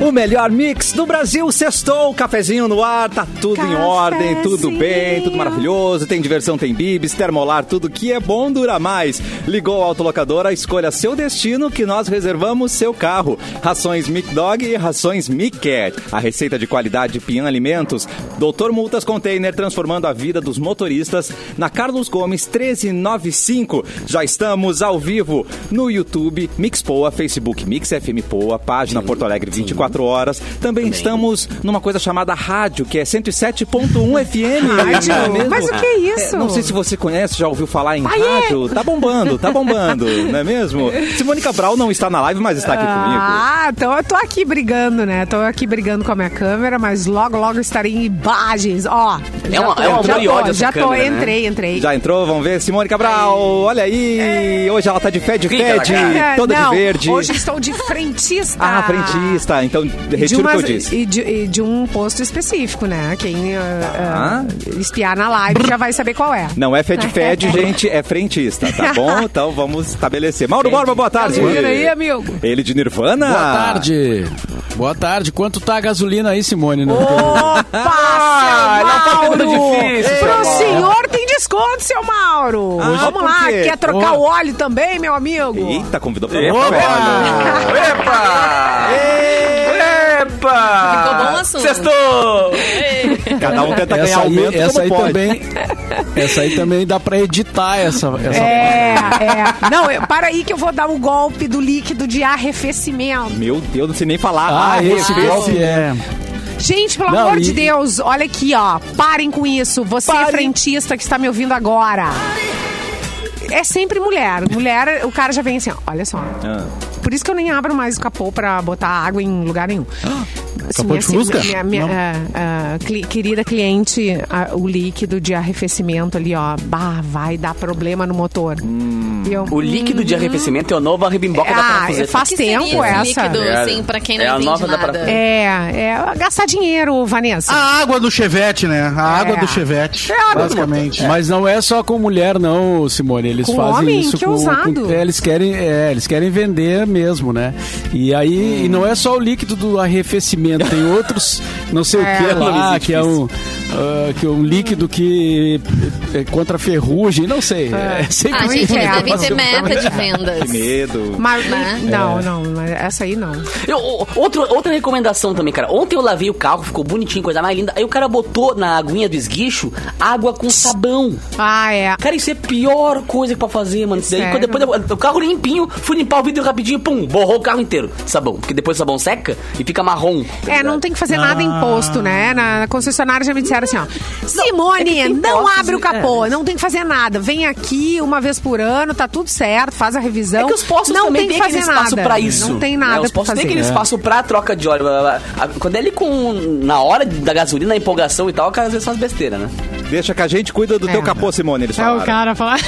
no melhor mix do Brasil. Sextou, cafezinho no ar, tá tudo em Cafezinho. ordem, tudo bem, tudo maravilhoso. Tem diversão, tem bibis, termolar, tudo que é bom dura mais. Ligou a autolocadora, escolha seu destino que nós reservamos seu carro. Rações Mic Dog e rações Mic Cat. A receita de qualidade de Pian Alimentos. Doutor Multas Container transformando a vida dos motoristas na Carlos Gomes 1395. Já estamos ao vivo no YouTube, Mixpoa, Facebook Mix FM Poa, página Porto Alegre 24 horas. Também, estamos numa coisa chamada rádio, que é 107.1 FM. Rádio? não é mesmo? Mas o que é isso? É, não sei se você conhece, já ouviu falar em Ai, é? rádio. Tá bombando, tá bombando, não é mesmo? Simone Cabral não está na live, mas está aqui comigo. Ah, então eu tô aqui brigando, né? Tô aqui brigando com a minha câmera, mas logo, logo estarei em imagens. Ó, É já uma- tô, é um já amor e tô, ódio essa Já tô, câmera, né? entrei, entrei. Já entrou? Vamos ver. Simone Cabral, olha aí. Hoje ela tá de fé de Fica, fed, lagarta. toda É. Não, de verde. Hoje estou de frentista. Ah, frentista. Então, De, retiro o que eu umas- disse. e, de, e de um posto específico, né? Quem ah, Ah. ah, espiar na live já vai saber qual é. Não é fed fed, gente, é frentista, tá bom? Então vamos estabelecer. Mauro Borba, boa tarde. Tá me ouvindo aí, amigo? Ele de Nirvana. Boa tarde. Boa tarde. Quanto tá a gasolina aí, Simone? No- Ah, não tá Opa, seu ficando Mauro! difícil, seu Pro Mauro. senhor tem desconto, seu Mauro! Ah, Vamos por lá, quê? quer trocar Oh. o óleo também, meu amigo? Eita, convidou pra Epa! uma novela. Epa! Epa! Ficou bom o assunto. Sextou! Cada um tenta ganhar Essa aí, aumento essa como aí pode. também. Essa aí também dá pra editar essa. essa É, é. Não, eu- para aí que eu vou dar um golpe do líquido de arrefecimento. Meu Deus, não sei nem falar. Ah, Ah, esse esse- golpe é. Gente, pelo Não, amor e- de Deus, olha aqui, ó. Parem com isso. Você, frentista que está me ouvindo agora. É sempre mulher. Mulher, o cara já vem assim, ó, olha só. Ah. Por isso que eu nem abro mais o capô pra botar água em lugar nenhum. Assim, capô de fusca? Minha, minha- Não. ah, ah, cli- querida cliente, ah, o líquido de arrefecimento ali, ó. Bah, vai dar problema no motor. Hum. E eu, O líquido de arrefecimento é o novo arrebimboca da ah, parafuseta. faz que seria tempo esse essa. líquido, É, assim, pra quem não é a entende nova da nada? pra- É, é gastar dinheiro, Vanessa. A água do Chevette, né? A água do Chevette, É, basicamente. Mas não é só com mulher, não, Simone. Eles Com fazem homem? isso Que com, ousado. com- é, eles querem, é, eles querem vender mesmo, né? E aí, e não é só o líquido do arrefecimento, tem outros, não sei É. o que lá, Nomes que é um, ah, que é um líquido que é contra a ferrugem, não sei. É, sempre Ah, gente, é, eles devem mas ter um eu- meta de vendas. Que medo. Mas, Né? É. Não, não, mas essa aí não. Eu, o- outro, outra recomendação também, cara. Ontem eu lavei o carro, ficou bonitinho, coisa mais linda. Aí o cara botou na aguinha do esguicho água com sabão. Ah, é. Cara, isso é a pior coisa pra fazer, mano. Isso daí, Sério? quando depois eu- o carro limpinho, fui limpar o vidro rapidinho, pum, borrou o carro inteiro. Sabão. Porque depois o sabão seca e fica marrom. É, não tem que fazer Ah. nada em posto, né? Na concessionária já me disseram assim, ó. É Simone, não postos, abre o capô, é. não tem que fazer nada. Vem aqui uma vez por ano, tá tudo certo, faz a revisão. É que os postos não também tem que aquele fazer espaço nada. pra isso. Não tem né? nada Os pra postos fazer. tem aquele espaço pra troca de óleo. blá, blá, blá. Quando ele com... Na hora da gasolina, a empolgação e tal, o cara às vezes faz besteira, né? Deixa que a gente cuida do teu capô, Simone, eles É falaram. o cara falar.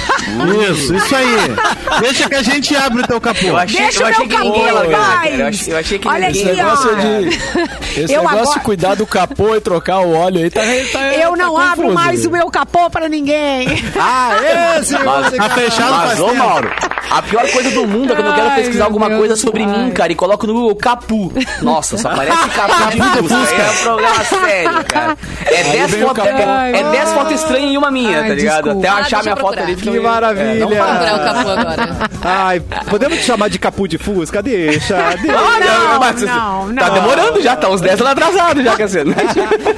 Isso, isso aí. Deixa que a gente abre o teu capô. Deixa o meu capô ela em cara. Eu paz. achei, eu achei que Olha ninguém- Esse aqui, negócio ó. de. Esse Eu negócio agora- de cuidar do capô e trocar o óleo aí tá. É, tá- Eu tá não abro confuso. mais o meu capô pra ninguém. Ah, esse! Mas- Tá fechado Mas, faz ô, tempo. Mauro, a pior coisa do mundo é quando eu quero Ai, meu pesquisar alguma Deus coisa do sobre céu. mim, cara, e coloco no Google capu. Nossa, só parece capu de busca. É um problema sério, cara. É 10 vem o fotos capu. é, é Ai, dez ai. fotos estranhas em uma minha, Ai, tá ligado? desculpa. Até eu Ah, deixa achar eu minha foto procurar. ali. Que maravilha! não Vou comprar é o capô Ah, agora. Ai, podemos te chamar de capu de fusca? Deixa, deixa. Não, não, Tá não. demorando já, tá uns 10 anos atrasado já, né? Cassiano.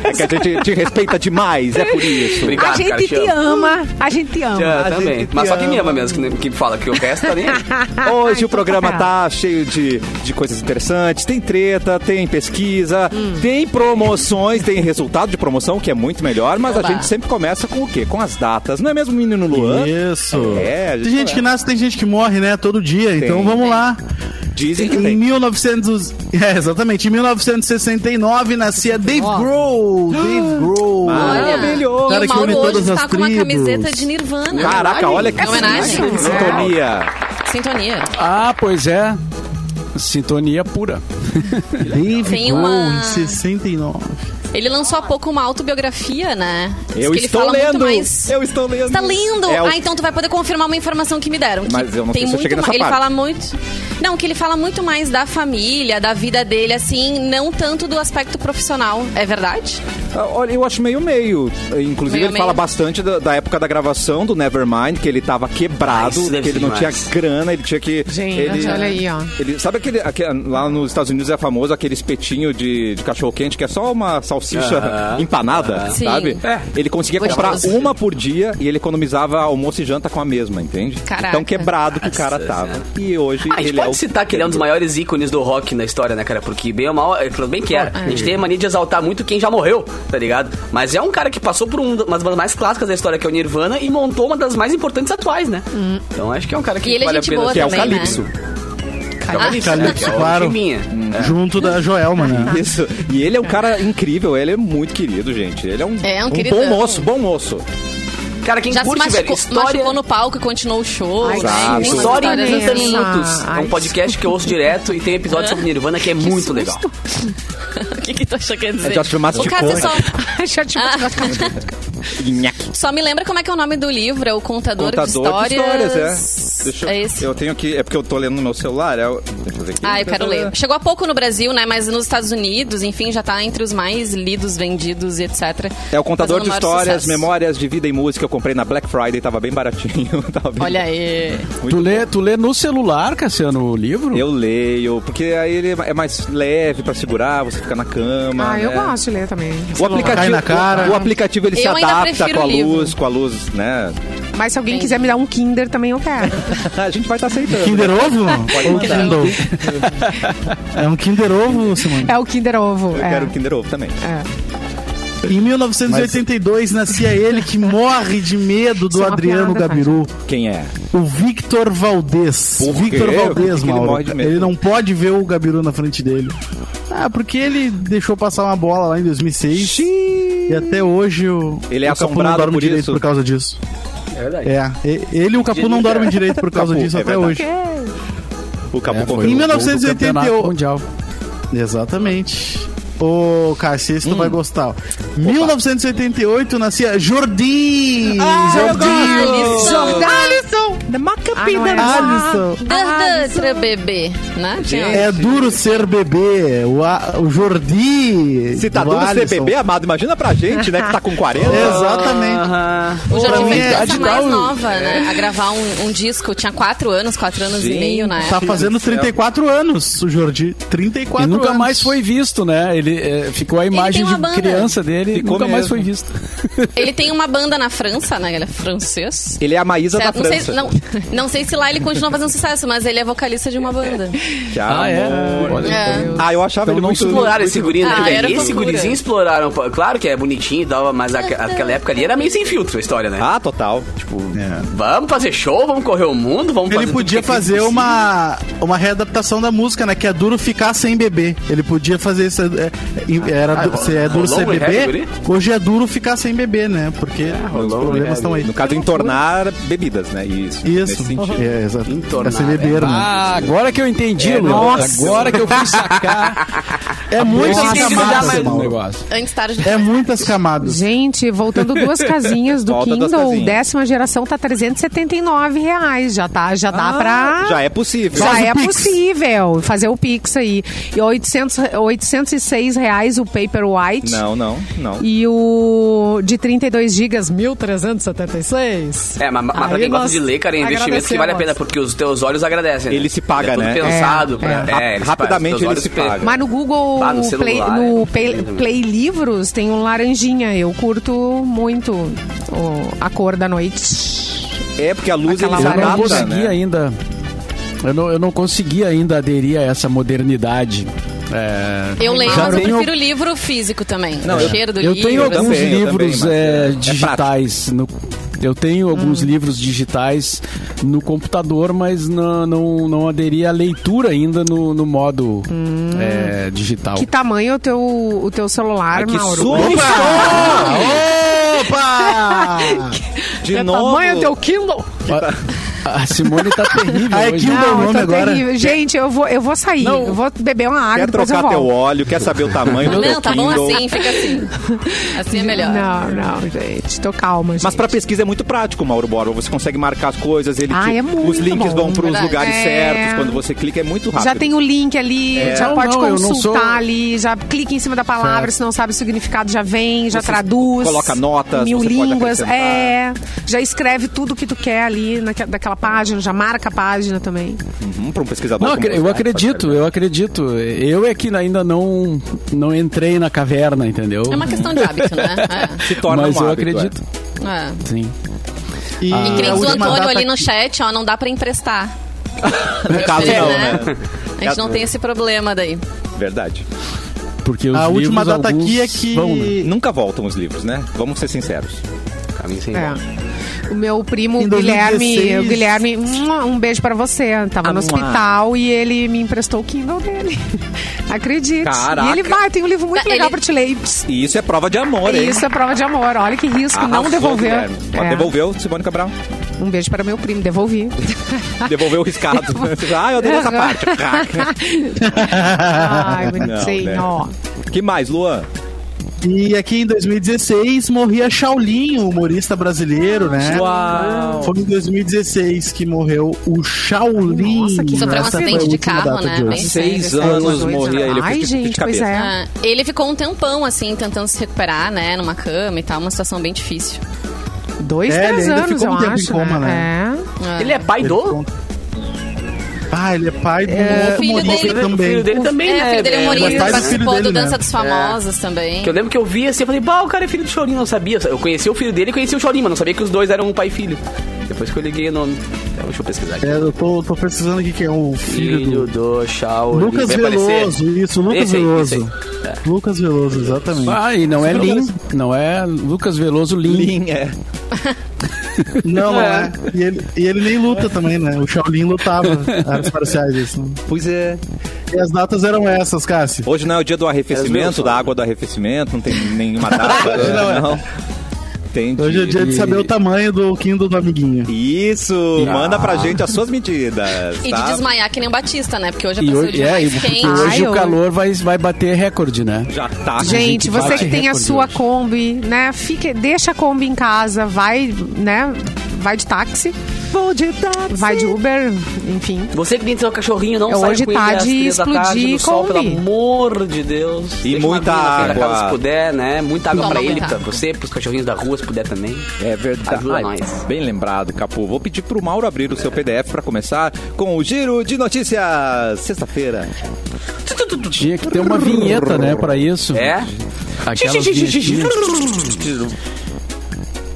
É que a gente te respeita demais, é por isso. Obrigado, a gente cara, te te ama, a gente te ama. Já, A gente também. te Mas só que me ama. ama mesmo, que, que fala que o resto tá nem aí. Hoje Ai, o programa então tá cheio de, de coisas interessantes. Tem treta, tem pesquisa, Hum. tem promoções, tem resultado de promoção, que é muito melhor, mas a Oba. gente sempre começa com o quê? Com as datas. Não é mesmo, menino Luan? Isso. É, a gente tem gente começa. que nasce, tem gente que morre, né? Todo dia. Então vamos lá. Dizem que Em tem. 1900... É, exatamente. Em 1969 nascia Dave Grohl. Ah. Dave Grohl. Ah, Maravilhoso. E Cara o que une Mauro hoje todas está as com uma tribos. camiseta de Nirvana. Caraca, olha que É homenagem. sintonia. Sintonia. Ah, pois é. Sintonia pura. Dave Tem Grohl uma- em 69. Ele lançou há pouco uma autobiografia, né? Diz Eu que ele estou fala lendo. Muito mais... Eu estou lendo. Você tá lendo? É o- Ah, então tu vai poder confirmar uma informação que me deram. que Mas eu não sei tem se eu muito cheguei nessa ma- Ele parte. fala muito... Não, que ele fala muito mais da família, da vida dele, assim, não tanto do aspecto profissional. É verdade? Ah, Olha, eu acho meio meio. Inclusive, Meio ele fala meio. bastante da, da época da gravação do Nevermind, que ele tava Ah, quebrado, isso deve que ele ser não demais. tinha grana, ele tinha que. Gente, ele, olha aí, ó. Ele, sabe aquele, aque- Lá nos Estados Unidos é famoso aquele espetinho de, de cachorro-quente, que é só uma salsicha empanada, Sim. sabe? É. Ele conseguia comprar Gostoso. uma por dia e ele economizava almoço e janta com a mesma, entende? Caraca. Então quebrado que o cara Nossa tava. E hoje Ah, a gente ele é pode o. citar que ele é um dos maiores ícones do rock na história, né, cara? Porque bem ou mal, é, pelo bem que é. A gente tem a mania de exaltar muito quem já morreu, tá ligado? Mas é um cara que passou por um- uma das bandas mais clássicas da história, que é o Nirvana, e montou uma das mais importantes atuais, né? Então acho que é um cara que Hum. E ele é vale a gente pena. boa Que é o também, né? Ah. Calypso. É o Calypso, Calypso, né? Que é o claro. Chimbinha. Junto da Joelma, né? Isso. E ele é um cara incrível, ele é muito querido, gente. Ele é um, É, um um bom queridão. moço, bom moço. Cara, quem Já curte, se machucou, velho, história... machucou no palco e continuou o show. Ai, né? Exato. Tem História Ah, umas em histórias Olha 30 assim. essa. minutos. É Ai, um podcast que eu ouço direto e tem episódio sobre Nirvana que é muito legal. O que, que tu achou que ia dizer? já te o masticou, Cássio né? só, Já te Nhaque. só me lembra como é que é o nome do livro, é o Contador, Contador de histórias, é. eu, é esse. eu tenho aqui, é porque eu tô lendo no meu celular. É, o- é deixa eu fazer aqui. Ah, eu quero ler. Chegou há pouco no Brasil, né? Mas nos Estados Unidos, enfim, já tá entre os mais lidos, vendidos e etc. É o contador Fazendo de maior histórias, sucesso. memórias de vida e música. Eu comprei na Black Friday, tava bem baratinho. tava bem- Olha aí. Muito Tu lê, tu lê no celular, Cassiano, o livro? Eu leio, porque aí ele é mais leve pra segurar, você fica na cama. Ah, eu né? gosto de ler também. O celular. aplicativo, Cai na cara. O, aplicativo ele se Eu ainda adapta prefiro com a o livro. luz, com a luz, né? Mas se alguém quiser me dar um Kinder, também eu quero. A gente vai estar aceitando. né? Kinder Ovo? Ou É. mandar. Kindle? É um Kinder Ovo, Simone. É o Kinder Ovo. Eu é. quero o Kinder Ovo também. Em 1982 nascia ele que morre de medo do Isso é uma Adriano piada, Gabiru, Quem é? o Victor Valdez. Por O Victor quê? Por que que Valdez, ele Mauro. morre de Ele, medo? não pode ver o Gabiru na frente dele. Ah, porque ele deixou passar uma bola lá em 2006 e até hoje o Ele é o Capu assombrado não dorme por direito isso? por causa disso. É verdade. É, e- ele e o Capu não dormem direito por causa Capu, disso é até verdade. hoje. O Capu É, foi Correia. Em o gol do 1988. Campeonato Mundial. Exatamente. Ô, Cássio, Hum. esse tu vai gostar. ó. 1988 nascia Jordi! Ah, Jordi! Alisson! Ah, The Macapi é Alisson. Alisson. Ah, bebê, né? Tinha- É duro ser bebê. O, a- o Jordi. Se tá do dando Alisson. CBB, amado, imagina pra gente, né, que tá com 40. É. Exatamente. O pra Jordi mim fez é essa mais digital. nova, né? A gravar um, um disco. Tinha quatro anos, quatro anos e Gente. meio, né? Tá fazendo 34 anos, o Jordi. 34 E nunca anos. mais foi visto, né? Ele eh, ficou a imagem tem uma de banda. criança dele e Ficou nunca mais mesmo. foi visto. Ele tem uma banda na França, né? Ele é francês. Ele é a Maísa da Certo? Não, sei, França. não, não sei se lá ele continua fazendo sucesso, mas ele é vocalista de uma banda. Que amor. Olha, É. Ah, eu achava Então ele não muito... Exploraram esse guri, né, Ah, velho? era Esse fofura. gurizinho exploraram. pô, Claro que é bonitinho e tal, mas aque- aquela época ali era meio sem filtro a história, né? Ah, total. Tipo, Vamos fazer show, vamos correr o mundo, vamos fazer. Ele podia tudo que é fazer possível. uma, uma readaptação da música, né? Que é duro ficar sem bebê. Ele podia fazer isso. é, é, era, du- se é duro rolou ser um rap, bebê, guri? hoje é duro ficar sem bebê, né? Porque os rolou um problemas rap. estão aí. no caso, entornar bebidas, né? Isso. Isso. Nesse sentido. É, exato. Entornar, É ser bebeiro, né? Ah, agora que eu entendi, Lu. nossa. Agora que eu fui sacar É muitas a dá camadas, mais- do Mauro. negócio. Antes tarde do É muitas camadas. Gente, voltando duas casinhas do Volta duas Kindle, casinhas. décima geração tá R$ 379 reais. Já, tá, já dá pra... Já é possível. Já é o Pix. possível fazer o Pix aí. E 800, 806 reais o Paperwhite. Não, não, não. E o de 32 gigas, 1.376. É, mas, mas pra Aí quem gosta nós de ler, cara, é investimento que vale a pena, agradecemos. porque os teus olhos agradecem. Ele se paga, é tudo né? pensado. É, pra- é. Ra- ele se rapidamente paga, os ele olhos se pe- paga. Mas no Google Ah, no Play, celular, no é, Play- também. Play Livros tem um laranjinha. Eu curto muito o- a cor da noite. É, porque a luz ele Aquela se Eu não adapta, consegui né? ainda. Eu não, eu não consegui ainda aderir a essa modernidade. É, Eu leio, Já mas eu tenho- prefiro livro físico também. Não, o eu- cheiro do eu livro. tenho assim. alguns também, eu livros também, mas eh, é- é digitais. no- eu tenho alguns livros digitais no computador, mas não, não, não aderi à leitura ainda no, no modo eh, digital. Que tamanho é o teu, o teu celular, Ai, que Mauro? susto! Opa! De Que novo. tamanho é o teu Kindle? Olha, A Simone tá terrível Ah, é hoje. que o né? meu Não, eu nome tô agora. terrível. Gente, eu vou, eu vou sair. Não. Eu vou beber uma água Quer e depois eu trocar teu volto. óleo, quer saber o tamanho do teu Não, tá bom Kindle. assim, fica assim. Assim é melhor. Não, não, gente. Tô calma, gente. Mas pra pesquisa é muito prático, Mauro Borba. Você consegue marcar as coisas, ele Ah, te- é muito os links bom. vão para os Verdade. lugares É. certos. Quando você clica, é muito rápido. Já tem o link ali, É. já Não, pode não, eu não consultar sou- ali, já clica em cima da palavra, se não sabe o significado, já vem, já Você traduz. coloca notas, Mil você pode línguas, acrescentar. é. Já escreve tudo que tu quer ali naque- daquela página, já marca a página também. Uhum, pra um pesquisador. Não, como acre- você, eu acredito, eu acredito. Eu é que ainda não, não entrei na caverna, entendeu? É uma questão de hábito, né? Se torna Mas um eu hábito, acredito, É. É. sim. E, E que nem a diz o última Antônio data ali no que- chat, ó, não dá pra emprestar. é. No caso, É, não, né? né? A gente não tem esse problema daí. Verdade. Porque os A última livros, data alguns aqui é que. vão, né? Nunca voltam os livros, né? Vamos ser sinceros. Caminho sem volta. É. O meu primo Em Guilherme, 2016. o Guilherme, mua, um beijo pra você. Tava Ah, mua. no hospital e ele me emprestou o Kindle dele. Acredite. Caraca. E ele vai, tem um livro muito Tá, legal ele- pra te ler. E, pss, E isso é prova de amor, hein? Isso é prova de amor. Olha que risco, não Ah, Arrasou, devolver. Guilherme. Mas É. Devolveu, Simone Cabral. Um beijo para meu primo, devolvi. Devolveu o riscado. ah, eu adorei essa parte. Ah, Ai, Não, bonitinho. que mais, Luan? E aqui em 2016 morria Chaulinho, humorista brasileiro, né? Uau. Foi em 2016 que morreu o Shaolin. Nossa, que Sofreu um Essa foi a acidente de última carro, data né? de hoje. Bem Seis sério, anos Dois morria ele. anos. eu Ai, fiquei de gente, pois cabeça. é. Ah, ele ficou um tempão, assim, tentando se recuperar, né? Numa cama e tal, uma situação bem difícil. Dois, É, ele três ainda anos, ficou eu um tempo em acho. coma, né? É. Ele é pai Ele do? conta- Ah, ele é pai do outro o filho humorista dele- O filho também. dele também, É, né? o filho dele é humorista, mas faz o participou filho do dele, Dança né? dos É. Famosos também. Que eu lembro que eu vi assim, eu falei, bah, o cara é filho do Chorinho, não sabia. Eu conheci o filho dele e conheci o Chorinho, mas não sabia que os dois eram um pai e filho. Depois que eu liguei o nome. Então, deixa eu pesquisar aqui. É, eu tô, tô precisando aqui quem é o filho, Filho do... do Shaolin. Lucas Vai aparecer. Veloso, isso, Lucas Esse aí, É. Veloso. esse Lucas Veloso, exatamente. Ah, e não é Super Lin, não é Lucas Veloso Lin. é. Não, não é. E ele, e ele nem luta também, né? O Shaolin lutava artes marciais, isso. né? Pois é. E as datas eram essas, Cássio. Hoje não é o dia do Era os arrefecimento, meus, da água do arrefecimento, não tem nenhuma data. né? Hoje não é. não. Entendi. Hoje é dia de saber o tamanho do Kindle do amiguinho. Isso, Ah. manda pra gente as suas medidas. E de tá? desmaiar que nem o Batista, né? Porque hoje E é o hoje, dia é, e mais porque quente. Ai, hoje o eu- calor vai, vai bater recorde, né? Já tá. Gente, gente você que bate tem a recorde sua hoje. Kombi, né? Fique, deixa a Kombi em casa, vai, né? Vai de táxi. Vou de táxi. Vai de Uber, enfim. Você que tem seu cachorrinho, não É, sai hoje com ele tá às de três da tarde explodir no sol, pelo Kombi. amor de Deus. E Deixa uma muita aguinha na frente da água. Casa, se puder, né? Muita água Toma pra ele, muita pra água. você, pros cachorrinhos da rua, se puder também. É verdade. Ajuda nós. Bem lembrado, Capu. Vou pedir pro Mauro abrir o seu PDF pra começar com o giro de notícias. Sexta-feira. Tinha que ter uma vinheta, né, pra isso. É? Aquelas vinhetinhas.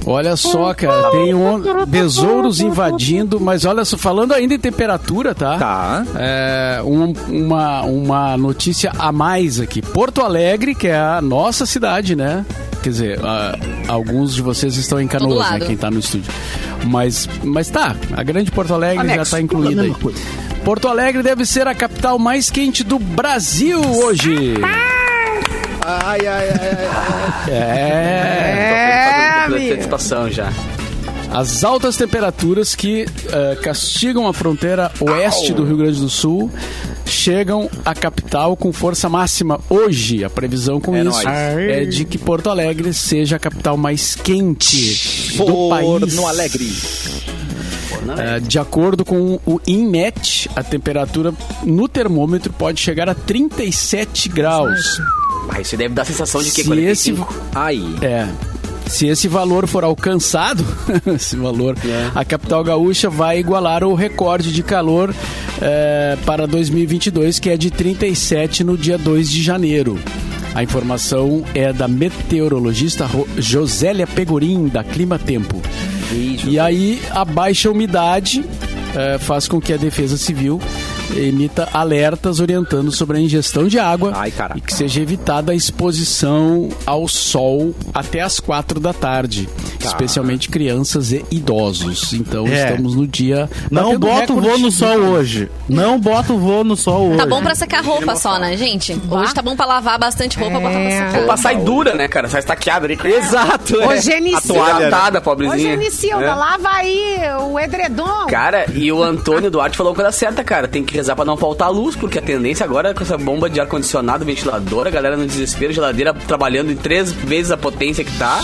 Olha só, cara, tem um besouros invadindo, mas olha só, falando ainda em temperatura, tá? Tá. É, um- uma, uma notícia a mais aqui. Porto Alegre, que é a nossa cidade, né? Quer dizer, a- alguns de vocês estão em Canoas, né? lado. Quem tá no estúdio. Mas, mas tá, a grande Porto Alegre já Anexo, está incluída aí. Porto Alegre deve ser a capital mais quente do Brasil hoje. Ai, ai, ai. tá É. Então, um É, Tô com amigo. satisfação já. As altas temperaturas que eh, castigam a fronteira oeste do Rio Grande do Sul chegam à capital com força máxima hoje. A previsão com É isso nóis. é de que Porto Alegre seja a capital mais quente do país. Forno Alegre. Eh, de acordo com o INMET, a temperatura no termômetro pode chegar a 37 graus. Ah, isso deve dar a sensação de que Se esse 45. Ai. É. Se esse valor for alcançado, esse valor, a capital gaúcha vai igualar o recorde de calor eh, para 2022, que é de 37 no dia 2 de janeiro. A informação é da meteorologista Ro- Josélia Pegorim, da Clima Tempo. E aí, a baixa umidade eh, faz com que a Defesa Civil emita alertas orientando sobre a ingestão de água Ai, caraca. e que seja evitada a exposição ao sol até as quatro da tarde. especialmente crianças e idosos. Então É. estamos no dia. Não batendo bota o recorde voo no de- sol hoje. Não bota o voo no sol hoje. Tá bom pra secar roupa só, né, gente? Hoje tá bom pra lavar bastante roupa, botar pra É. secar. Opa, sai dura, né, cara? Sai estaqueada ali. Exato, Ô, Genicilda. Atoalhada, Ô, pobrezinha. Genicilda, É. lava aí o edredom. Cara, e o Antônio Duarte falou uma coisa certa, cara. Tem que rezar pra não faltar luz, porque a tendência agora é com essa bomba de ar-condicionado, ventilador, a galera no desespero, geladeira trabalhando em três vezes a potência que tá.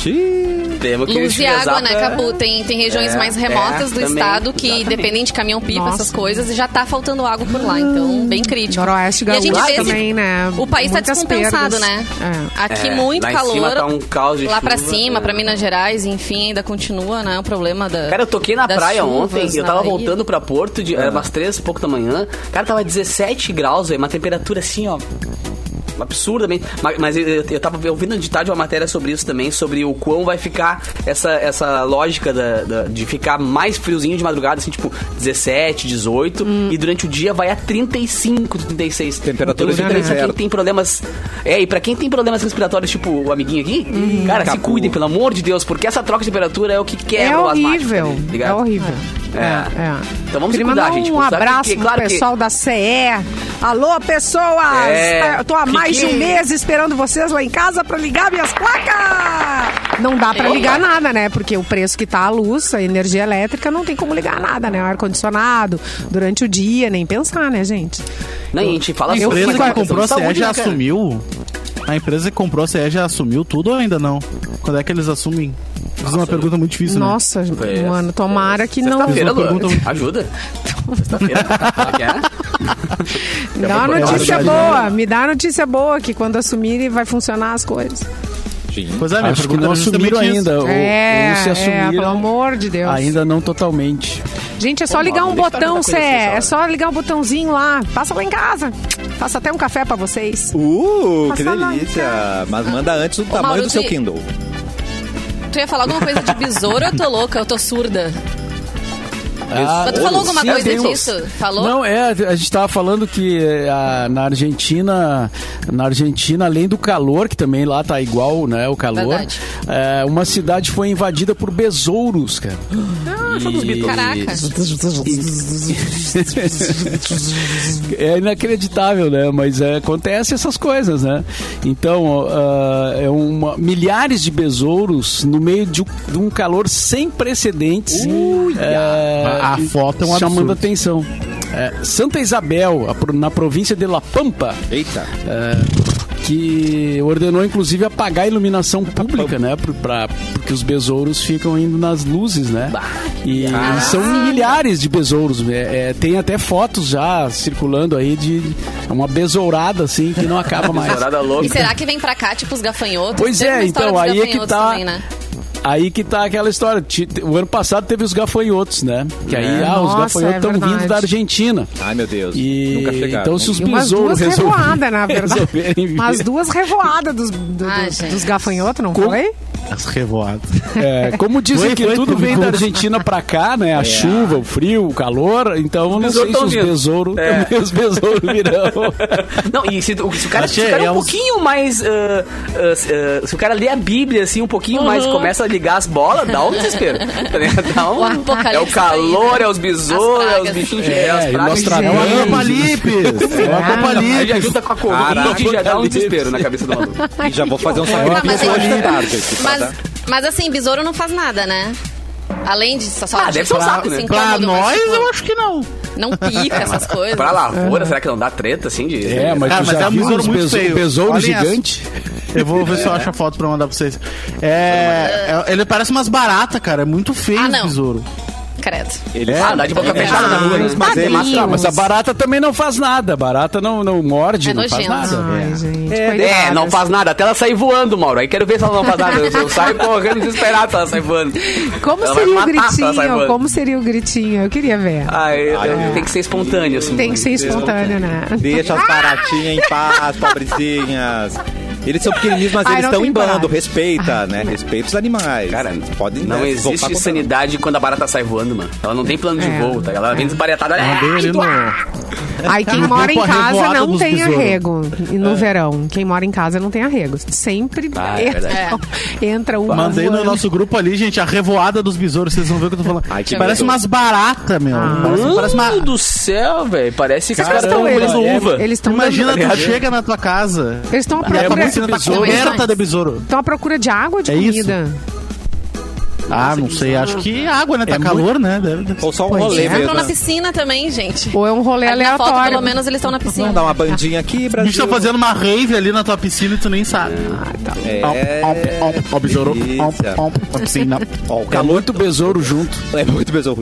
Temos que Luz e rezar água, né, pra- Capu? Tem, tem regiões É, mais remotas é, do também, estado que exatamente. dependem de caminhão-pipa, Nossa. Ah. essas coisas, e já tá faltando água por lá, então bem crítico. Noroeste E a gente gaúcho vê esse- também, né? O país tá Muitas perdas. descompensado, né? Aqui É, muito lá em calor. cima tá um caos de lá pra chuva, cima, né? pra Minas Gerais, enfim, ainda continua, né? O problema da. Cara, eu toquei na das praia chuvas ontem e eu na tava Bahia. voltando pra Porto, de, era umas três e pouco da manhã. Cara, tava 17 graus, velho, uma temperatura assim, ó. Absurdamente. Mas, mas eu, eu tava ouvindo de tarde uma matéria sobre isso também, sobre o quão vai ficar essa, essa lógica da- da- de ficar mais friozinho de madrugada, assim, tipo 17, 18, Hum. e durante o dia vai a 35, 36. Temperatura então, de fica pra quem inverno. tem problemas. É, e pra quem tem problemas respiratórios, tipo o amiguinho aqui, Hum. cara, se Capu. cuidem, pelo amor de Deus, porque essa troca de temperatura é o que quebra É o asmático, horrível. tá É ligado? horrível. É. Então vamos se Queria cuidar, mandar gente, Um sabe? abraço Porque, claro pro que- pessoal da CE. Alô, pessoas! É, Tá- eu tô há mais de um fiquem- mês esperando vocês lá em casa pra ligar minhas placas! Não dá pra ligar nada, né? Porque o preço que tá a luz, a energia elétrica, não tem como ligar nada, né? O ar-condicionado, durante o dia, nem pensar, né, gente? Não, e a gente fala A Eu empresa fico uma que com questão comprou é a de CE saúde, já né, cara? assumiu? A empresa que comprou a CE já assumiu tudo ou ainda não? Quando é que eles assumem? Fiz uma pergunta muito difícil, né? Nossa, Pois, é. mano, tomara que não. Sexta-feira, Fiz uma Luan. pergunta- Ajuda. Sexta-feira. Como é que é? Me dá uma É notícia verdade, boa, me dá uma notícia boa que quando assumirem vai funcionar as coisas. Pois é, minha Acho que pergunta não era justamente assumiram isso. ainda. Ou, é, ou se é, né? pelo assumiram, amor de Deus. ainda não totalmente. Gente, é só Pô, ligar Mauro, um deixa eu botão, perguntar Cé. coisa pra vocês, É olha. só ligar um botãozinho lá. Passa lá em casa. Faça até um café pra vocês. Uh, que Passa lá, delícia! Mas manda antes o tamanho Mauro, do seu tu- Kindle. Tu ia falar alguma coisa de besouro? Eu tô louca, eu tô surda. Ah, Mas oh, tu falou sim, alguma coisa um- tem- disso? Falou? Não, é, a gente tava falando que eh, a- na Argentina, na Argentina, além do calor, que também lá tá igual, né, o calor, Verdade. eh, uma cidade foi invadida por besouros, cara. E- Caraca. é inacreditável, né? Mas é, acontece essas coisas, né? Então, ó, ah, é uma, milhares de besouros no meio de, um- de um calor sem precedentes. É, A- a foto é um Chamando absurdo. atenção. É, Santa Isabel, a pro- na província de La Pampa, Eita! É, que ordenou inclusive apagar a iluminação pública, né? Pro- pra- porque os besouros ficam indo nas luzes, né? E ah. são milhares de besouros. É, é, tem até fotos já circulando aí de é uma besourada assim que não acaba mais. Besourada louca. E será que vem pra cá, tipo, os gafanhotos? Pois Teve é, uma história então, dos aí é que gafanhotos tá- também, né? Aí que tá aquela história. Ti- te- O ano passado teve os gafanhotos, né? Que aí ah, os Nossa, gafanhotos é estão verdade. né? vindo da Argentina. Ai, meu Deus. E Nunca chegaram. então se os E umas duas besouros revoadas, resolverem, na verdade. resolverem vir- Umas duas revoadas dos, do- Ah, do- gente. dos gafanhotos, não Com- foi? As revoadas. É, como dizem Foi, É. que foi, tudo foi, vem foi. da Argentina pra cá, né? A chuva, o frio, o calor. Então eu não besouros sei se tão os vindo. besouros, É. os besouros virão. Não, e se, o- se o cara, se Achei, o cara é é um uns- pouquinho mais. ah, ah, se- ah, se o cara lê a Bíblia assim um pouquinho Uhum. mais, começa a ligar as bolas, dá um desespero. tá ligado? Dá um- O apocalipse é o calor, tá aí, né? é os besouros, As é os pragas. bichinhos, É, é, as e pragas. Nostradamus. É o Anjo. Apocalipse! É o Aí já Apocalipse! junta com a Covid Caraca. e já dá um desespero na cabeça do maluco. E já vou fazer um Ah, mas sacrifício aí- hoje de tarde aqui, pra dar- Mas, mas assim, besouro não faz nada, né? Além de só, só Ah, deve ser um saco, né? assim, Pra incômodo, mas, nós, tipo, eu acho que não. Não pica essas coisas. Pra lavoura, será que não dá treta assim de. É, mas Cara, tu mas já é um viu besouro os muito beso- feio. besouro Olhem essa. gigante? Eu vou ver se eu acho a foto pra mandar pra vocês. É, é- ele parece umas baratas, cara. É muito feio Ah, o não. besouro. Credo. Ele Ah, dá de boca fechada na rua, né? Mas é Padrinhos. máscara, Mas a barata também não faz nada. A barata não, não morde, É não faz nojento. nada. Ai, gente. É, coitadas. não faz nada. Até ela sair voando, Mauro. Aí quero ver se ela não faz nada. Eu, eu saio correndo desesperado se ela sair voando. Como Ela vai seria o matar se ela sair gritinho? voando. Como seria o gritinho? Eu queria ver. Ai, eu- eu- tem que ser espontâneo, assim. Tem que ser espontâneo, né? Deixa as baratinhas em paz, pobrezinhas. Eles são pequenininhos, mas Ai, eles não estão tem em bando. coragem. Respeita, né? Respeita os animais. Cara, podem não né, voltar existe com- sanidade quando a barata sai voando, mano. Ela não tem plano de É. voo, tá? Ela vem desbaretada. Ah, Bem ali que no- doa- Aí quem No mora em campo casa arrevoado não dos tem besouros. arrego e no verão. Quem mora em casa não tem arrego. Sempre Ah, é entra, entra uma Mandei no voando. nosso grupo ali, gente, a revoada dos besouros. Vocês vão ver o que eu tô falando. Ai, que parece medo. umas baratas, meu. Ah. Parece, Mano parece uma... do céu, velho. Parece que os caras estão Então, eles- comendo eles- uva. Eles estão é, Imagina, dando- tu chega na tua casa. Eles estão à É procura. muito besouro. Eles estão- Aberta de besouro. estão à procura de água ou de É isso? comida. Ah, não sei. Acho que água, né? Tá calor, né? Deve- deve- É Ou só um Pois Eles rolê entram mesmo. na né? piscina também, gente. Ou é um rolê Aqui na foto, aleatório. pelo menos, eles estão na piscina. Vamos dar uma bandinha aqui, Os Brasil. bichos estão tá fazendo uma rave ali na tua piscina e tu nem sabe. É. Ó, ó, ó, ó, besouro. Ó, delícia. ó, ó, piscina. Ó, o É calor muito besouro junto. É muito besouro.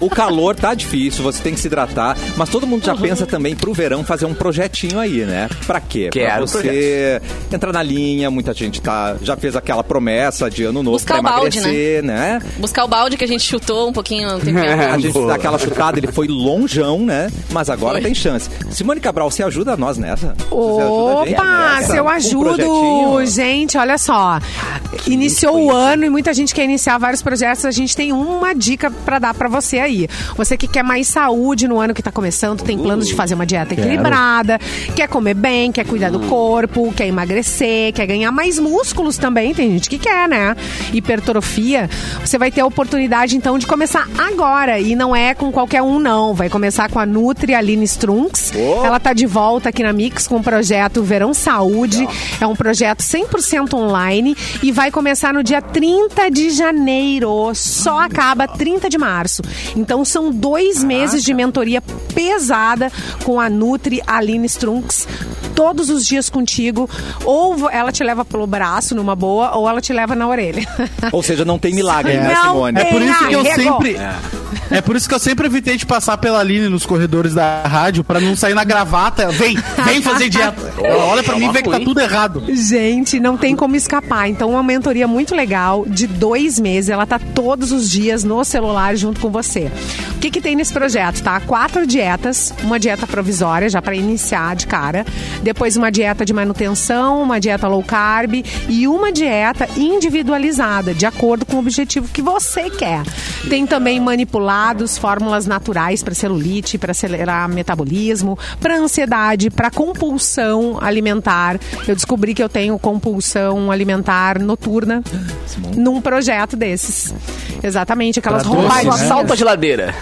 O, o calor tá difícil, você tem que se hidratar, mas todo mundo já Uhum. pensa também pro verão fazer um projetinho aí, né? Pra quê? pra Quero você entrar na linha, muita gente tá, já fez aquela promessa de ano novo Buscar pra o balde, emagrecer, né? Buscar o balde que a gente chutou um pouquinho. um tempinho A atrás. gente dá aquela chutada, ele foi longeão, né? Mas agora tem chance. Simone Cabral, você ajuda nós nessa? Você ajuda a gente Opa, nessa? se eu Um ajudo, projetinho? gente, olha só. Iniciou o ano e muita gente quer iniciar vários projetos. A gente tem uma dica pra dar pra você aí. Você que quer mais saúde no ano que tá começando, tem planos Uh, de fazer uma dieta equilibrada, quer comer bem, quer cuidar Hum. do corpo, quer emagrecer, quer ganhar mais músculos também. Tem gente que quer, né? Hipertrofia. Você vai ter a oportunidade então de começar agora e não é com qualquer um não. Vai começar com a Nutri Aline Strunks. Oh. Ela ela tá de volta aqui na Mix com o projeto Verão Saúde. É um projeto 100% online e vai começar no dia 30 de janeiro. Só acaba 30 de março. Então são dois meses de mentoria pesada com a Nutri Aline Strunks. Todos os dias contigo. Ou vo- ela te leva pelo braço numa boa, ou ela te leva na orelha. Ou seja, não tem milagre, né, Não Simone? É por Tem isso que eu arrego. sempre. É por isso que eu sempre evitei de passar pela Aline nos corredores da rádio pra não sair na gravata. Ela, Vem, vem fazer dieta. Ela olha pra mim e vê que tá tudo errado. Gente, não tem como escapar. Então, uma mentoria muito legal de dois meses. Ela tá todos os dias no celular junto com você. O que, que tem nesse projeto, tá? Quatro dietas, uma dieta provisória, já para iniciar de cara. Depois uma dieta de manutenção, uma dieta low carb e uma dieta individualizada, de acordo com o objetivo que você quer. Tem também manipulados, fórmulas naturais para celulite, para acelerar metabolismo, para ansiedade, para compulsão alimentar. Eu descobri que eu tenho compulsão alimentar noturna num projeto desses. Exatamente, aquelas Pra doce, roubadas. Ela né? salta a geladeira.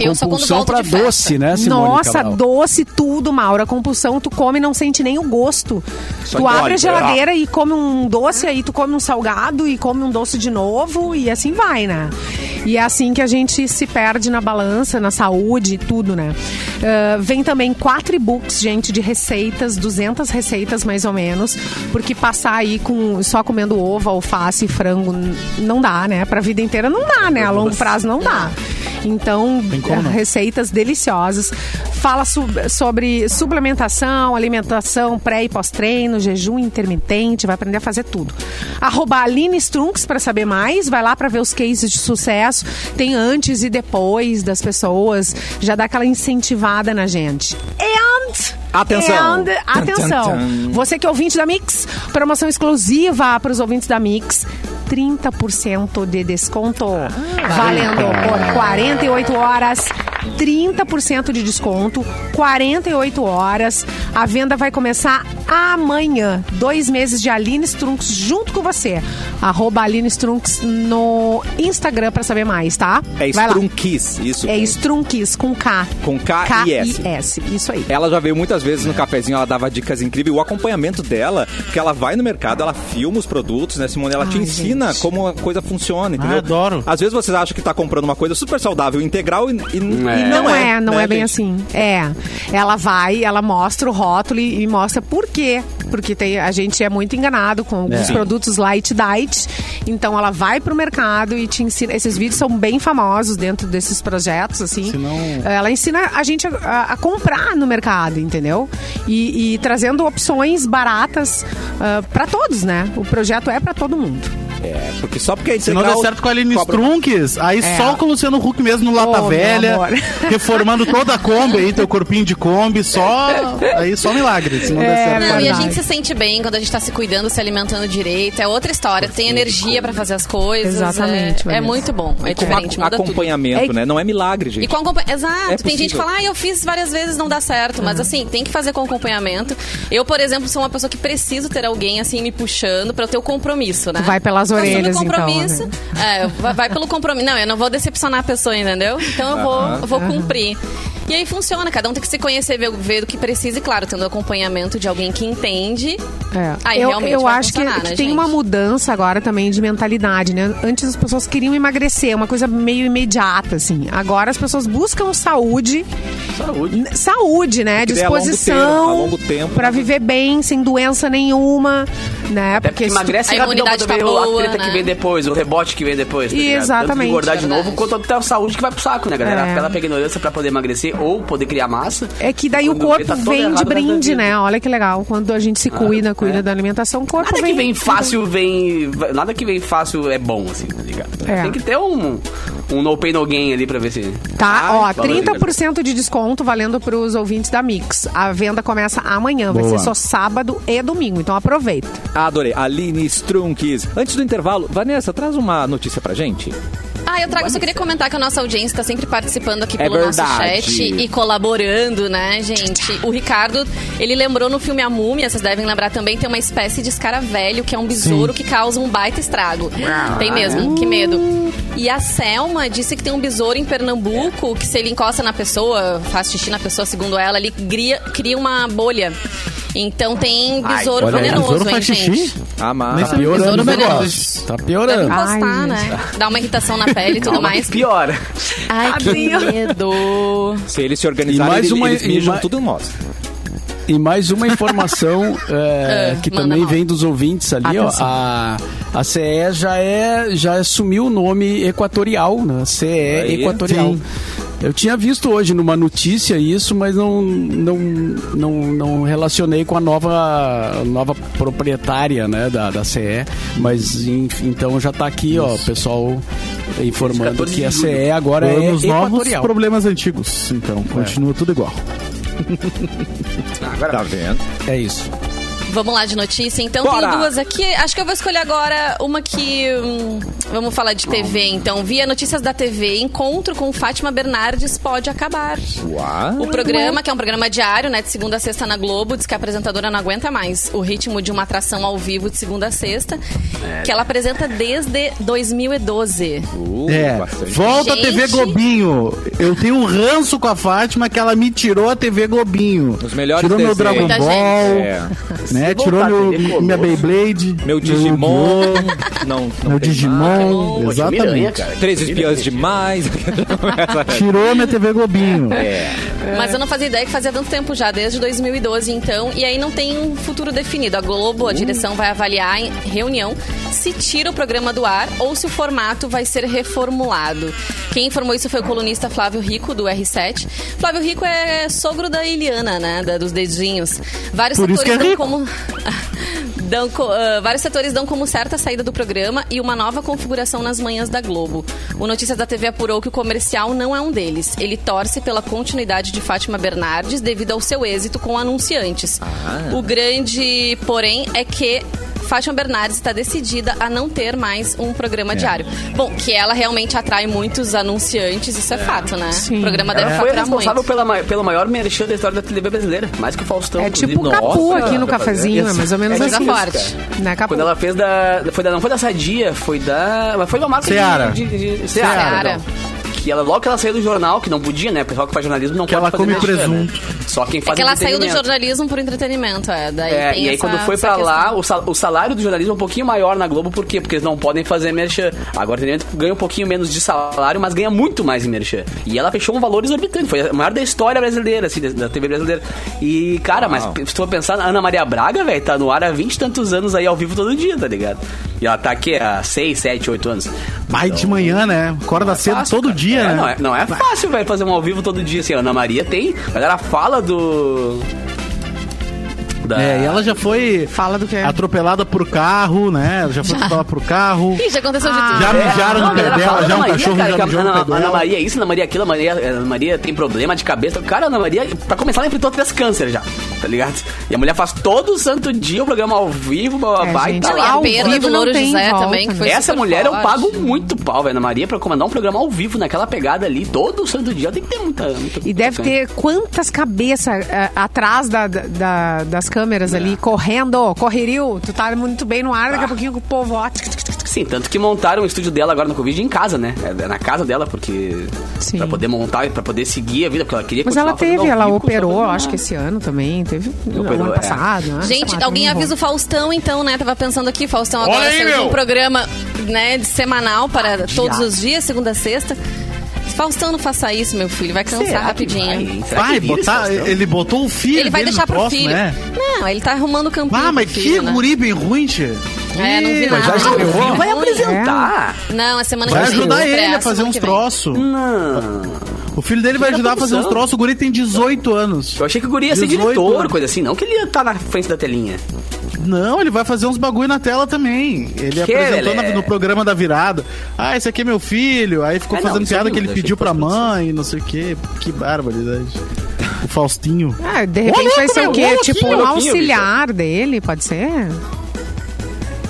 Eu só quando Compulsão volto pra de festa. doce, né, Simone Nossa, Cabral? doce tudo, Maura. Compulsão, tu come e não sente nem o gosto. tu engole. abre a geladeira e come um doce, aí tu come um salgado e come um doce de novo e assim vai, né? E é assim que a gente se perde na balança, na saúde e tudo, né? Ah, vem também quatro e-books, gente, de receitas, 200 receitas mais ou menos, porque passar aí com só comendo ovo, alface e frango n- não dá, né? Pra vida inteira não dá, né? A longo prazo não dá. Então, como não. receitas deliciosas. Fala su- sobre suplementação, alimentação, pré e pós-treino, jejum intermitente, vai aprender a fazer tudo. Arroba Aline Strunks para saber mais, vai lá para ver os cases de sucesso, tem antes e depois das pessoas, já dá aquela incentivada na gente. And Atenção. And, Tan, atenção. tan, tan. Você que é ouvinte da Mix, promoção exclusiva para os ouvintes da Mix. 30% de desconto. Ah, Valendo por 48 horas. 30% de desconto, 48 horas. A venda vai começar amanhã. Dois meses de Aline Strunks junto com você. Arroba Aline Strunks no Instagram para saber mais, tá? É Vai lá. Strunkiss, isso. É Strunks com K. Com K e S. K-I-S. Isso aí. Ela já veio muitas vezes no cafezinho, ela dava dicas incríveis. O acompanhamento dela, que ela vai no mercado, ela filma os produtos, né, Simone? Ela te Ai, ensina gente. como a coisa funciona, entendeu? Ah, adoro. Às vezes vocês acham que tá comprando uma coisa super saudável, integral, e, e- e E não, é, não né, é bem gente? assim. É. Ela vai, ela mostra o rótulo e, e mostra por quê. Porque tem, a gente é muito enganado com alguns É. produtos light diet. Então ela vai pro mercado e te ensina. Esses vídeos são bem famosos dentro desses projetos, assim. Senão- Ela ensina a gente a, a- a comprar no mercado, entendeu? ah, E, e trazendo opções baratas para todos, né? O projeto é para todo mundo. É, porque só porque é Se não integral, der certo com a Aline cobra- um Strunks, aí só com o Luciano Huck mesmo no Lata meu Velha, amor. reformando toda a Kombi aí, teu corpinho de Kombi, só. Aí só milagre. Se não der É, certo. Não, com e a verdade. gente se sente bem quando a gente tá se cuidando, se alimentando direito. É outra história. Tem energia pra fazer as coisas. Exatamente, É, é Vanessa. muito bom. É E com diferente, ac- muda tudo. acompanhamento, É- né? Não é milagre, gente. E com acompanha... Exato. É tem gente que possível. Uhum. fala, ah, eu fiz várias vezes, não dá certo. Mas assim, tem que fazer com acompanhamento. Eu, por exemplo, sou uma pessoa que preciso ter alguém assim me puxando pra eu ter o compromisso, né? Tu vai pelas Assume o orelhas, então, né? compromisso. É, vai, vai pelo compromisso. Não, eu não vou decepcionar a pessoa, entendeu? Então eu vou, eu vou cumprir. E aí funciona, cada um tem que se conhecer, ver, ver o que precisa, e claro, tendo acompanhamento de alguém que entende. É. Aí eu realmente eu vai acho que, funcionar, que né, tem gente? uma mudança agora também de mentalidade, né? Antes as pessoas queriam emagrecer, uma coisa meio imediata, assim. Agora as pessoas buscam saúde. Saúde. Saúde, né? que daí é a longo Disposição. termo, a longo tempo. Pra viver bem, sem doença nenhuma, né? Até porque se tu- emagrece a rapidão imunidade quando vem tá o- boa, a treta que né? vem depois, o rebote que vem depois. Tá E ligado? Tanto exatamente. de engordar de Verdade. novo, quanto até a saúde que vai pro saco, né, galera? É. Ela pega ignorância pra poder emagrecer ou poder criar massa. É que daí Quando o vê, corpo tá todo vem de errado o resto da brinde, vida. Ah, é. né? Olha que legal. Quando a gente se cuida, cuida da alimentação, o corpo Nada vem. que vem fácil, vem. Nada que vem fácil é bom, assim, tá ligado? É. Tem que ter um, um no pain no gain ali pra ver se. Tá, ó, valoriza. 30% de desconto valendo para os ouvintes da Mix. A venda começa amanhã, vai Boa. ser só sábado e domingo, então aproveita. Ah, adorei. Aline Strunks. Antes do intervalo, Vanessa, traz uma notícia pra gente. Ah, eu trago, eu só queria comentar que a nossa audiência está sempre participando aqui É pelo nosso verdade. chat e colaborando, né, gente? O Ricardo, ele lembrou no filme A Múmia, vocês devem lembrar também, tem uma espécie de escaravelho, que é um besouro que causa um baita estrago. Tem mesmo, que medo. E a Selma disse que tem um besouro em Pernambuco que se ele encosta na pessoa, faz xixi na pessoa, segundo ela, ele cria, cria uma bolha. Então tem besouro olha aí, venenoso, besouro hein, faz gente? xixi? Ah, mas... Tá Besouro piorando o venenoso. negócio. Tá Deve piorando. encostar, Ai, né? Dá uma irritação na pele e tudo Calma, mais. que piora. Ai, que medo. Se eles se organizarem, E mais eles, uma- eles e mijam mais- tudo em nós. E mais uma informação é, É, que manda também mal. vem dos ouvintes ali, ó. Atenção. A, a CE já, é, já assumiu o nome equatorial, né? CE Aí, equatorial. Eu tinha visto hoje numa notícia isso, mas não, não, não, não relacionei com a nova, nova proprietária né, da, da CE. Mas enfim, então já tá aqui, ó, o pessoal informando 14 que a de julho. CE agora é Anos novos, equatorial. problemas antigos. Então, continua tudo igual. Agora Tá vendo? É isso. Vamos lá de notícia. Então Bora! tem duas aqui. Acho que eu vou escolher agora uma que. hum, vamos falar de TV, então. Via notícias da TV, encontro com Fátima Bernardes pode acabar. Uau. O programa, que é um programa diário, né, de segunda a sexta na Globo, diz que a apresentadora não aguenta mais o ritmo de uma atração ao vivo de segunda a sexta, que ela apresenta desde 2012. Uh, É, bastante. volta Gente. a TV Globinho. Eu tenho um ranço com a Fátima que ela me tirou a TV Globinho. Os melhores tirou meu desenhos. Dragon Muita Ball, É. né? Se Tirou voltar a meu, TV Colosso. minha Beyblade, Meu Ah, Digimon. Yu-Gi-Oh, não, não meu tem mais. Digimon, Pô, de Miranha, exatamente. cara. Três espiãs demais. é. Tirou minha TV Globinho. É. Mas eu não fazia ideia que fazia tanto tempo já, desde 2012 então, e aí não tem um futuro definido. A Globo, Hum. a direção vai avaliar em reunião se tira o programa do ar ou se o formato vai ser reformulado. Quem informou isso foi o colunista Flávio Rico, do R7. Flávio Rico é sogro da Eliana, né, da- dos dedinhos. Vários Por isso setores que é dão como... dão co- ah, vários setores dão como certa a saída do programa e uma nova configuração nas manhãs da Globo. O Notícias da TV apurou que o comercial não é um deles. Ele torce pela continuidade de Fátima Bernardes devido ao seu êxito com anunciantes. Ah. O grande, porém, é que Fátima Bernardes está decidida a não ter mais um É. programa diário. Bom, que ela realmente atrai muitos anunciantes, isso é, fato, né? Sim. O programa Tá deve Ela foi faturar responsável muito. pela, ma- pelo maior merchan da história da TV brasileira. Mais que o Faustão. É inclusive. tipo o Capu Nossa, aqui no pra fazer. cafezinho, é mais ou menos É assim. coisa forte. Né, Capu? Quando ela fez da. Foi da não foi da Sadia, foi da. Mas foi uma marca de- Seara. de. de, de Seara. Seara. não. Que ela, logo que ela saiu do jornal, que não podia, né? O pessoal que faz jornalismo não Que pode ela fazer come merchan, presunto. né? Só quem É faz que ela saiu do entretenimento. jornalismo por entretenimento, é. Daí É, tem e aí essa- quando foi essa pra lá, questão. o sal- o salário do jornalismo é um pouquinho maior na Globo, por quê? Porque eles não podem fazer merchan. Agora o entretenimento ganha um pouquinho menos de salário, mas ganha muito mais em merchan. E ela fechou um valor exorbitante, foi a maior da história brasileira, assim, da- da TV brasileira. E, cara, mas Uau. se tu for pensar, a Ana Maria Braga, velho, tá no ar há 20 e tantos anos aí ao vivo todo dia, tá ligado? E ela tá aqui há 6, 7, 8 anos. Então, Mas de manhã, né? Acorda cedo Fácil, todo cara. dia, É, né? Não é, não é fácil, velho, fazer um ao vivo todo dia. Assim, a Ana Maria tem. A galera fala do. da. É, e ela já foi Fala do que é. atropelada por carro, né? Ela já foi atropelada por carro. Ih, já aconteceu de Ah. tudo. Já É, mijaram Não, no pé ela fala dela, da já um Maria, cachorro cara, já que a mijou no Ana, pé Ana dela. Maria é isso, Ana Maria é aquilo, Ana Maria, Ana Maria tem problema de cabeça. Cara, Ana Maria, pra começar, ela enfrentou três cânceres já, tá ligado? E a mulher faz todo santo dia o programa ao vivo, blá, blá, blá, É, e gente, tá Não, e lá. a ao perda vivo do não Louro tem José volta, também, que né? foi Essa super é mulher um eu forte. pago muito pau, velho, Ana Maria, pra comandar um programa ao vivo naquela pegada ali, todo santo dia. Tem que ter muita. muita né? E deve ter quantas cabeças eh, atrás da- da- das câmeras É. ali, correndo, correrio. Tu tá muito bem no Ah. ar, daqui a pouquinho o povo, ó. tic, tic, tic, tic. Sim, tanto que montaram o estúdio dela agora no Covid em casa, né? É na casa dela, porque. Sim. Pra poder montar, e pra poder seguir a vida, porque ela queria Mas continuar ela fazendo teve, ao ela vivo, só operou, fazendo acho na- que esse ano também. Teve no Operou, ano é. passado. né? Sei Gente, lá, alguém teve um avisa o Faustão, então, né? Tava pensando aqui, Faustão agora Olha aí, saiu de um meu! programa né, de semanal para Ah, todos os dias, segunda a sexta. Faustão, não faça isso, meu filho. Vai cansar Será que rapidinho. vai, hein? Será que Vai vira esse botar, Faustão? ele botou o filho Ele vai dele deixar no pro próximo, filho. né? Não, ele tá arrumando o campinho Ah, mas pro que filho, né? guri bem ruim, tia. É, não vi Ih, nada. mas já Ah, estreou? não vi Vai ruim. apresentar. Não, é semana Vai que vem. ajudar É, ele a semana fazer uns que vem. troços. Não. O filho dele vai Fica ajudar a Hum. produção. fazer uns troços. O guri tem 18 anos. Eu achei que o guri ia ser 18 diretor, anos. coisa assim. Não que ele ia estar na frente da telinha. Não, ele vai fazer uns bagulho na tela também. Ele Que apresentou ele na- é? no programa da virada. Ah, esse aqui é meu filho. Aí ficou É, não, fazendo isso eu piada vi, que ele eu achei pediu que pra fosse mãe, não sei o quê. Que barbaridade. O Faustinho. Ah, de Ô, repente louco, vai ser meu, o quê? louco, Tipo louquinho, um auxiliar dele, pode ser?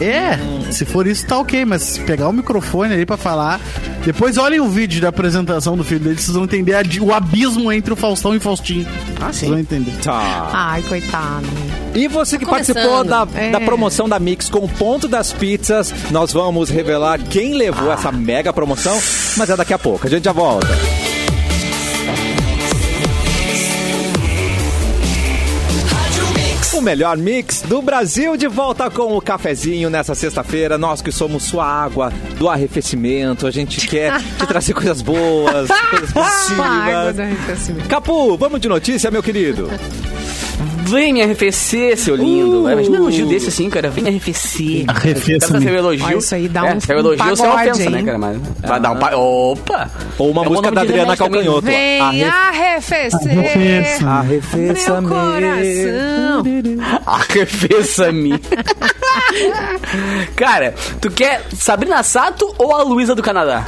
É, se for isso tá ok, mas se pegar o microfone ali pra falar. Depois olhem o vídeo da apresentação do filho dele, vocês vão entender a di- o abismo entre o Faustão e o Faustinho. Ah, sim. Vocês vão entender. Tá. Ai, coitado. E você que Tá participou começando. da, É. da promoção da Mix com o ponto das pizzas, nós vamos revelar quem levou essa mega promoção, mas é daqui a pouco. A gente já volta. O melhor mix do Brasil de volta com o cafezinho nessa sexta-feira. Nós que somos sua água do arrefecimento, a gente quer te trazer coisas boas, coisas Água positivas. do arrefecimento. Capu, vamos de notícia, meu querido. Vem me arrefecer, seu lindo. Uh. Imagina um elogio desse assim, cara. Vem me arrefecer. Arrefeça-me. Dá pra ser um elogio. Ó, isso aí dá é, um- se é um elogio, você é uma pagode, ofensa, hein? né, cara? Mas vai dar um pa... Opa! Ou uma É um música nome da de Adriana remédio também. Calcanhoto. ó. Vem arrefecer. Arrefeça. Arrefeça Meu coração. Arrefeça-me. cara, tu quer Sabrina Sato ou a Luísa do Canadá?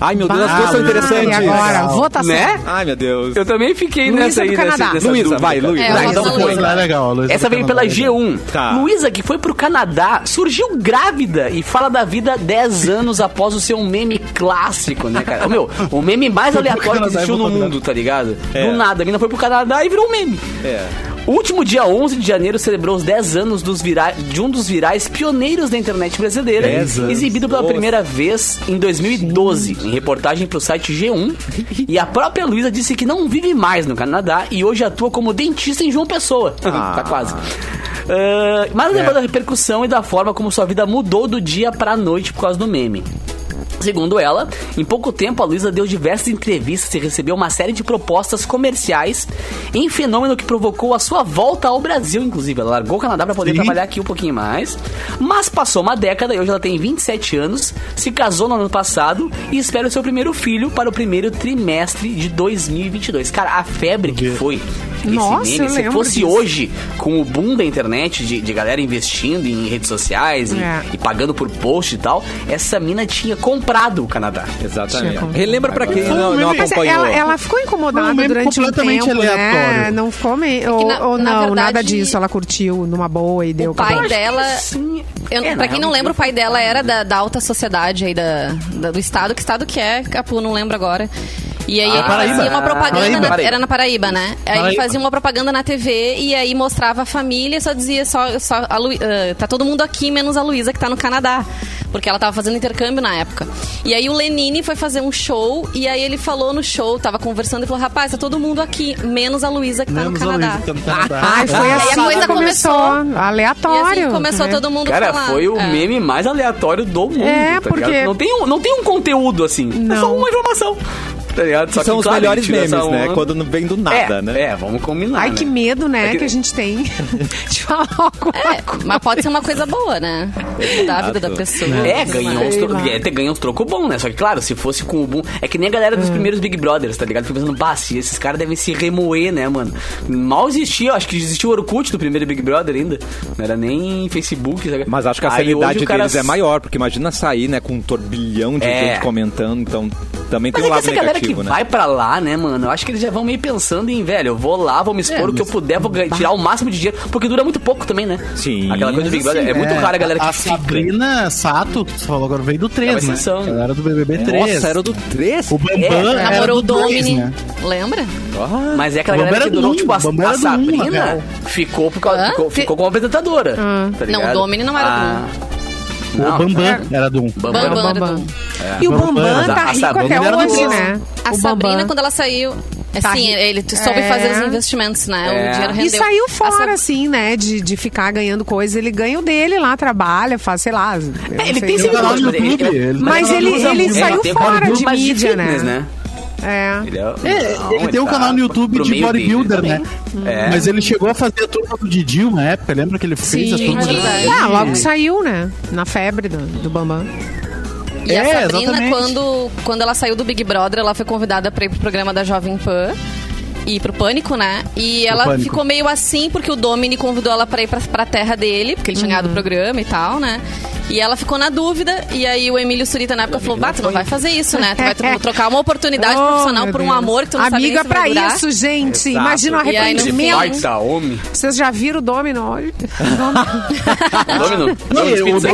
Ai, meu Deus, as Ah, duas são Luísa. E interessantes. agora, tá votação. Né? Ai, meu Deus. Eu também fiquei Luísa nessa do aí. nessa- Canadá. nessa Luísa, dúvida, vai, cara. Luísa. É, eu Vai, gosto então da foi. Luísa. Lá é legal, Luísa Essa veio pela Canadá. G1. Tá. Luísa, que foi pro Canadá, surgiu grávida e fala da vida 10 anos após o seu meme clássico, né, cara? Ô, Meu, o meme mais aleatório que Canadá e existiu no voltou pra mundo, tá ligado? É. Do nada, a mina foi pro Canadá e virou um meme. É. O último dia 11 de janeiro celebrou os 10 anos dos vira- de um dos virais pioneiros da internet brasileira, 10 anos. exibido pela Nossa. primeira vez em 2012, em reportagem pro site G1. E a própria Luísa disse que não vive mais no Canadá e hoje atua como dentista em João Pessoa. tá quase. Ah, mas lembrou da repercussão e da forma como sua vida mudou do dia pra noite por causa do meme. Segundo ela, em pouco tempo a Luísa deu diversas entrevistas e recebeu uma série de propostas comerciais em fenômeno que provocou a sua volta ao Brasil, inclusive. Ela largou o Canadá para poder Sim. trabalhar aqui um pouquinho mais. Mas passou uma década e hoje ela tem 27 anos, se casou no ano passado e espera o seu primeiro filho para o primeiro trimestre de 2022. Cara, a febre que foi esse Nossa, meme, eu se lembro fosse disso. hoje, com o boom da internet, de, de galera investindo em redes sociais e- É. e pagando por post e tal, essa mina tinha comprado o Canadá. é Exatamente. Tinha como. Relembra pra quem não, não Mas é, acompanhou. ela, ela ficou incomodada Um momento durante um completamente tempo, né? aleatório. Não ficou meio... Ou, É na- ou na não, verdade, nada disso. Ela curtiu numa boa e deu... O pai acabou. dela. Sim. Eu, É, pra quem não realmente. lembra, o pai dela era da, da alta sociedade aí da, da- do estado. Que estado que é? Capu, não lembro agora. E aí ele Paraíba. fazia uma propaganda. Paraíba. na- Paraíba. Era na Paraíba, né? Aí ele Paraíba. fazia uma propaganda na TV e aí mostrava a família só dizia só. só a Lu, ah, tá todo mundo aqui, menos a Luísa, que tá no Canadá. Porque ela tava fazendo intercâmbio na época. E aí o Lenine foi fazer um show e aí ele falou no show, tava conversando e falou: rapaz, tá todo mundo aqui, menos a Luísa que tá Menos no a Canadá. Luísa que tá no Canadá. Ai, foi E aí a assim coisa que começou. começou. E Aleatório. assim começou né? todo mundo Cara, a falar. foi o É. meme mais aleatório do mundo. É, tá porque- ligado? Não tem, um, não tem um conteúdo assim. É só Não. uma informação. tá ligado? Que Só né, são que, os claro, melhores ele tira memes, essa né? onda. Quando não vem do nada, é, né? É, vamos combinar. Ai, que né? medo, né, que É, a gente tem de falar alguma coisa. É, Mas pode ser uma coisa boa, né? Mudar a vida da pessoa. É, ganhou uns, tro... lá. é, ter- ganhou uns trocos bons, né? Só que, claro, se fosse com o boom. É que nem a galera dos primeiros Big Brothers, tá ligado? Fico pensando, bah, se esses caras devem se remoer, né, mano? Mal existia, acho que existia o Orkut do primeiro Big Brother ainda. Não era nem Facebook, sabe? Mas acho que a Aí hoje seriedade o cara deles é maior, porque imagina sair, né, com um turbilhão de É. gente comentando, então também Mas tem um é que lado essa galera que negativo, né? vai pra lá, né, mano? Eu acho que eles já vão meio pensando em, velho, eu vou lá, vou me É, expor o que eu puder, vou ganhar- tirar o máximo de dinheiro, porque dura muito pouco também, né? Sim. Aquela coisa do Big Brother. Assim, é muito rara a galera que A fica. Sabrina Sato, que você falou agora, veio do É uma 3, né? exceção. Ela era do BBB 3. Nossa, era do 3? O É, Bambam era Namorou o do dois, Domini. né? Lembra? Mas é aquela O Bambam galera que era do durou, um, tipo, a, o Bambam a era do um, Sabrina Magal. ficou, por causa, Hã? ficou, Fi- ficou como apresentadora. tá Não, ligado? o Domini não era do Ah, O não, é. Bambam era do 1. Bambam era um do Bambam. Bambam. Bambam. E o Bambam, Bambam mas a- tá a rico Sabrina até era do hoje, outro. né? A O Sabrina, Bambam. quando ela saiu. Tá Assim, rico. ele soube É. fazer os investimentos, né? É. O dinheiro E rendeu. saiu A Sab- fora, assim, né? De, de ficar ganhando coisa. Ele ganha o dele lá, trabalha, faz, sei lá. É, ele tem Tem um canal no seguidores, YouTube. ele- ele tá Mas no ele- YouTube. ele É, saiu tem fora bodybuilder, de mas mídia, né? fitness, né? É. Ele, é, É, não, ele tem um tá canal no YouTube pro de meio dele bodybuilder, também. né? É. Mas ele chegou a fazer a turma do Didi uma época, lembra que ele fez a turma é do Didi? verdade. Ah, logo saiu, né? Na febre do, do Bambam. E a É, Sabrina, exatamente. quando, quando ela saiu do Big Brother, ela foi convidada pra ir pro programa da Jovem Pan. E pro Pânico, né? E ela Pânico. ficou meio assim, porque o Domini convidou ela pra ir pra, pra terra dele, porque ele tinha Uhum. ganhado o programa e tal, né? E ela ficou na dúvida, e aí o Emílio Surita na época falou: Bah, tu não vai fazer isso, né? Tu vai tro- trocar uma oportunidade Oh, profissional meu por um Deus. amor que tu não sabe nem Amiga, se vai pra durar. isso, gente. Exato. Imagina o E aí, Ele no fim, arrependimento. baita tá homem. Vocês já viram o Domino? Olha. Domino. Domino Pizza. Não, o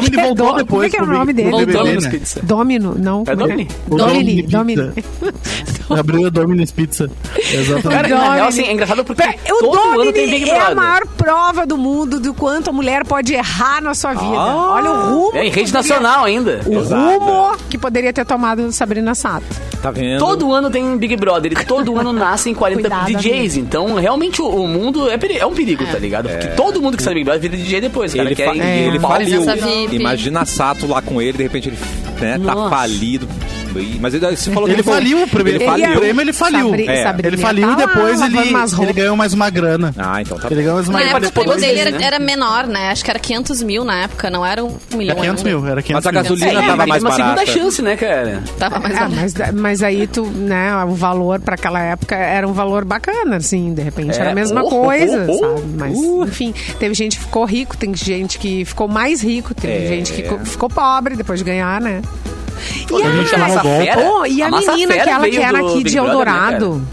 Domini É, voltou como é depois. que é o pro nome Big- pro dele? BBB, Domino's né? Pizza. Domino, não. É Domini. O Domini, Domini. Pizza. Abriu a Domino's Pizza. Cara, Exatamente. na real, Domini. assim, é engraçado porque Pera, O todo ano tem Big Domini é a Brother. maior prova do mundo do quanto a mulher pode errar na sua vida. Ah. Olha o rumo. É, em que rede poderia- nacional ainda. O Exato. rumo que poderia ter tomado Sabrina Sato. Tá vendo? Todo ano tem Big Brother e todo ano nascem 40 Cuidado, DJs. Então, realmente, o, o mundo é, peri- é um perigo, tá ligado? Porque todo mundo que sai do Big Brother vira DJ depois. Cara, É. é Ele, quer fa- é, ir- ele pau. faliu. Presença VIP. Imagina a Sato lá com ele, de repente ele né, tá Nossa. falido. Ih, Mas ele, você falou que Ele faliu o primeiro Ele faliu. prêmio, ele faliu. Sabri- É. Sabrina Ele faliu e tá lá depois ele, lavando umas ele roupas. ganhou mais uma grana. É. Ah, então tá Ele ganhou mais uma Na É, grana. época, o participou dois prêmio dele era, meses, né? era menor, né? Acho que era 500 mil na época, não era um milhão. Era 500 ainda. mil, era 500 Mas a mil. gasolina É, tava mas mais uma barata. segunda chance, né, cara? Tava mais Ah, ou menos. mas, mas aí tu, né, o valor pra aquela época era um valor bacana, assim, de repente É. era a mesma Oh, coisa, oh, oh. sabe? Mas, Uh. enfim, teve gente que ficou rico, tem gente que ficou mais rico, teve É. gente que co- ficou pobre depois de ganhar, né? E Pô, a gente massa fera. oh, e a, massa menina fera aquela que veio era do aqui Big de Brother, né, cara? Eldorado,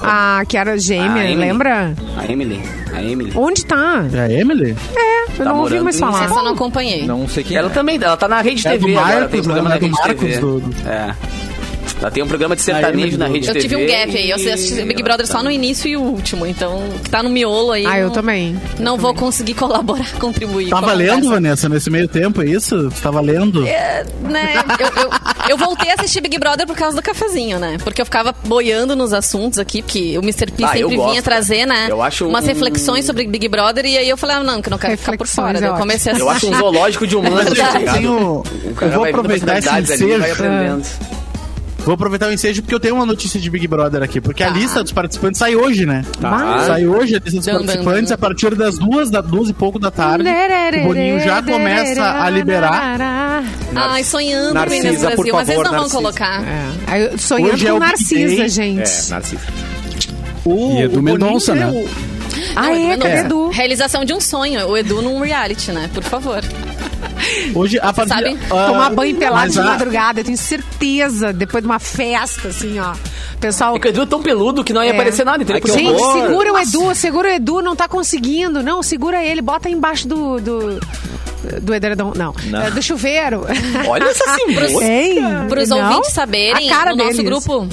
a que era A gêmea, Emily. lembra? A Emily. A Emily. Onde tá? É a Emily? É, eu Tá não ouvi morando mais em falar. Essa eu não acompanhei. Não sei quem Ela é. também, ela tá na Rede É do TV agora, ela tem um Marcos, programa né? na É do Rede TV. Marcos do- É. Ela tem um programa de Ah, sertanejo ele- na Rede Eu TV. tive um gap aí. Eu assisti e- tá Big Brother só no início e o último. Então, o que tá no miolo aí. Ah, eu não- também. Não vou conseguir colaborar, contribuir. Tá com a Tava lendo, conversa. Tá Vanessa, nesse meio tempo, é isso? Tu tava lendo? É. Né? Eu, eu, eu voltei a assistir Big Brother por causa do cafezinho, né? Porque eu ficava boiando nos assuntos aqui, porque o Mr. P Ah, eu sempre gosto, vinha trazer, né? Eu acho umas um- reflexões sobre Big Brother. E aí eu falei, ah, não, que eu não quero ficar por Reflexões, fora. é Daí eu ótimo. comecei a Eu acho um zoológico de humanos, É tá verdade. ligado? tenho- O cara eu vou vai vendo aproveitar esse é. personalidades ali, vai ensejo. aprendendo. Vou aproveitar o ensejo porque eu tenho uma notícia de Big Brother aqui. Porque a Tá. lista dos participantes sai hoje, né? Tá. Sai hoje a lista dos Dun, dun, participantes dun. a partir das duas, da, duas e pouco da tarde. O Boninho já começa a liberar. um Ai, sonhando, Narcisa, meninas por do Brasil. mas eles favor, não vão Narcisa. colocar. É. Aí eu- Sonhando Hoje é com o Big Narcisa, Day. É, gente. Narcisa. O, E é do o Boninho Mendonça, é né? o- Ah, é, cadê Mendonça. Edu? Realização de um sonho. O Edu num reality, né? Por favor. Hoje, a partir... sabe? ah, Tomar banho pelado mas de a- madrugada, eu tenho certeza. Depois de uma festa, assim, ó. Pessoal. É que o Edu é tão peludo que não ia É. aparecer nada, entendeu? Por Gente, favor. segura o Edu, segura o Edu, não tá conseguindo. Não, segura ele, bota aí embaixo do. do... Do edredom, não. Não. É, do chuveiro. Olha essa simbólica. Para os não? ouvintes saberem, a cara no deles. nosso grupo.